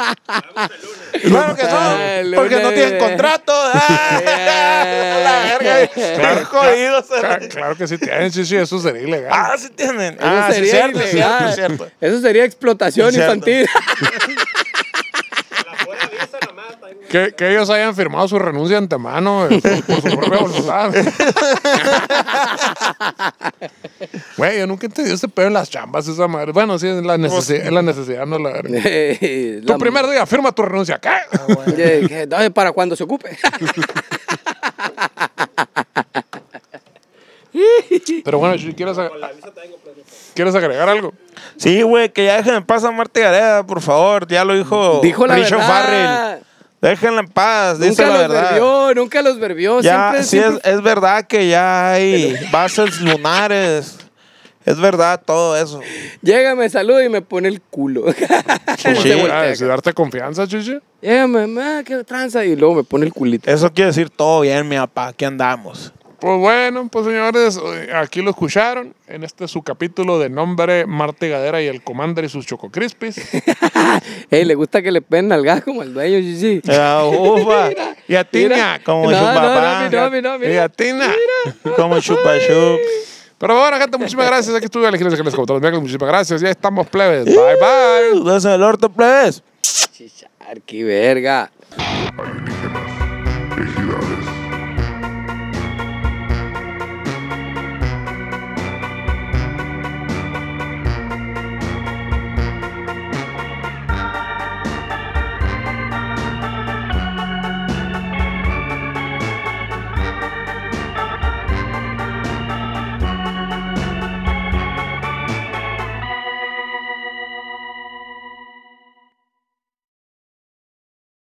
B: que
C: Ay,
B: no.
C: Luna,
B: Porque no tienen
C: eh.
B: contrato. Ah, <laughs> la verga. Están jodidos.
A: Claro, claro que sí tienen, Shishi, eso sería ilegal.
B: Ah, sí tienen. Ah, sí,
C: sería
B: cierto,
C: ilegal.
B: cierto, cierto.
C: Eso sería explotación
B: Es cierto. <laughs>
C: infantil. <laughs>
A: Que, que ellos hayan firmado su renuncia de antemano eh, por, por su propia <laughs> voluntad. Güey, yo nunca entendí ese pedo en las chambas, esa madre. Bueno, sí, es la necesidad, es la necesidad Pues, no la Ah, verga. Tu
C: La-
A: primer día, firma tu renuncia. ¿Qué?
C: <laughs> Oye, que- no, es para cuando
B: <laughs>
C: se ocupe.
A: Pero bueno, si quieres, ag- ¿quieres agregar algo.
B: Sí, güey, que ya dejen en paz a Marta Gareda, por favor. Ya lo dijo,
C: Dijo la
B: Richo
C: verdad.
B: Farrell. Déjenla en paz, dice
C: Nunca
B: la
C: los
B: verdad.
C: verbió, nunca los verbió.
B: Ya,
C: siempre,
B: sí,
C: siempre
B: es, es verdad que ya hay bases lunares Es verdad todo eso.
C: Llega, me saluda y me pone el culo. <laughs> Se
A: Como si
C: voltea
A: fuera
B: ah,
C: acá.
A: de ah, darte confianza, chichi.
C: Llega, mamá, qué tranza. Y luego me pone el culito.
B: Eso quiere decir todo bien, mi papá. Aquí andamos.
A: Pues bueno, pues señores, eh, aquí lo escucharon en este su capítulo de nombre Marte Gadera y el Commander y sus Choco Crispis.
C: Ey, le gusta que le peguen nalgas como al dueño, sí, sí.
B: Ah,
C: <laughs>
B: ufa.
A: Y a Tina,
C: Mira.
B: como
C: No,
B: su
C: no, no,
B: papá.
C: mi no, mi no, mi
A: <laughs> y
C: no.
A: a Tina.
B: Como chupa chup.
A: Pero bueno, gente, muchísimas gracias. Aquí estuve Alejandro Ángeles como todos los miércoles. Muchísimas gracias. Ya estamos plebes. Bye, bye.
B: Dos en el orto, plebes.
C: Chichar, qué verga.
E: Ejidal.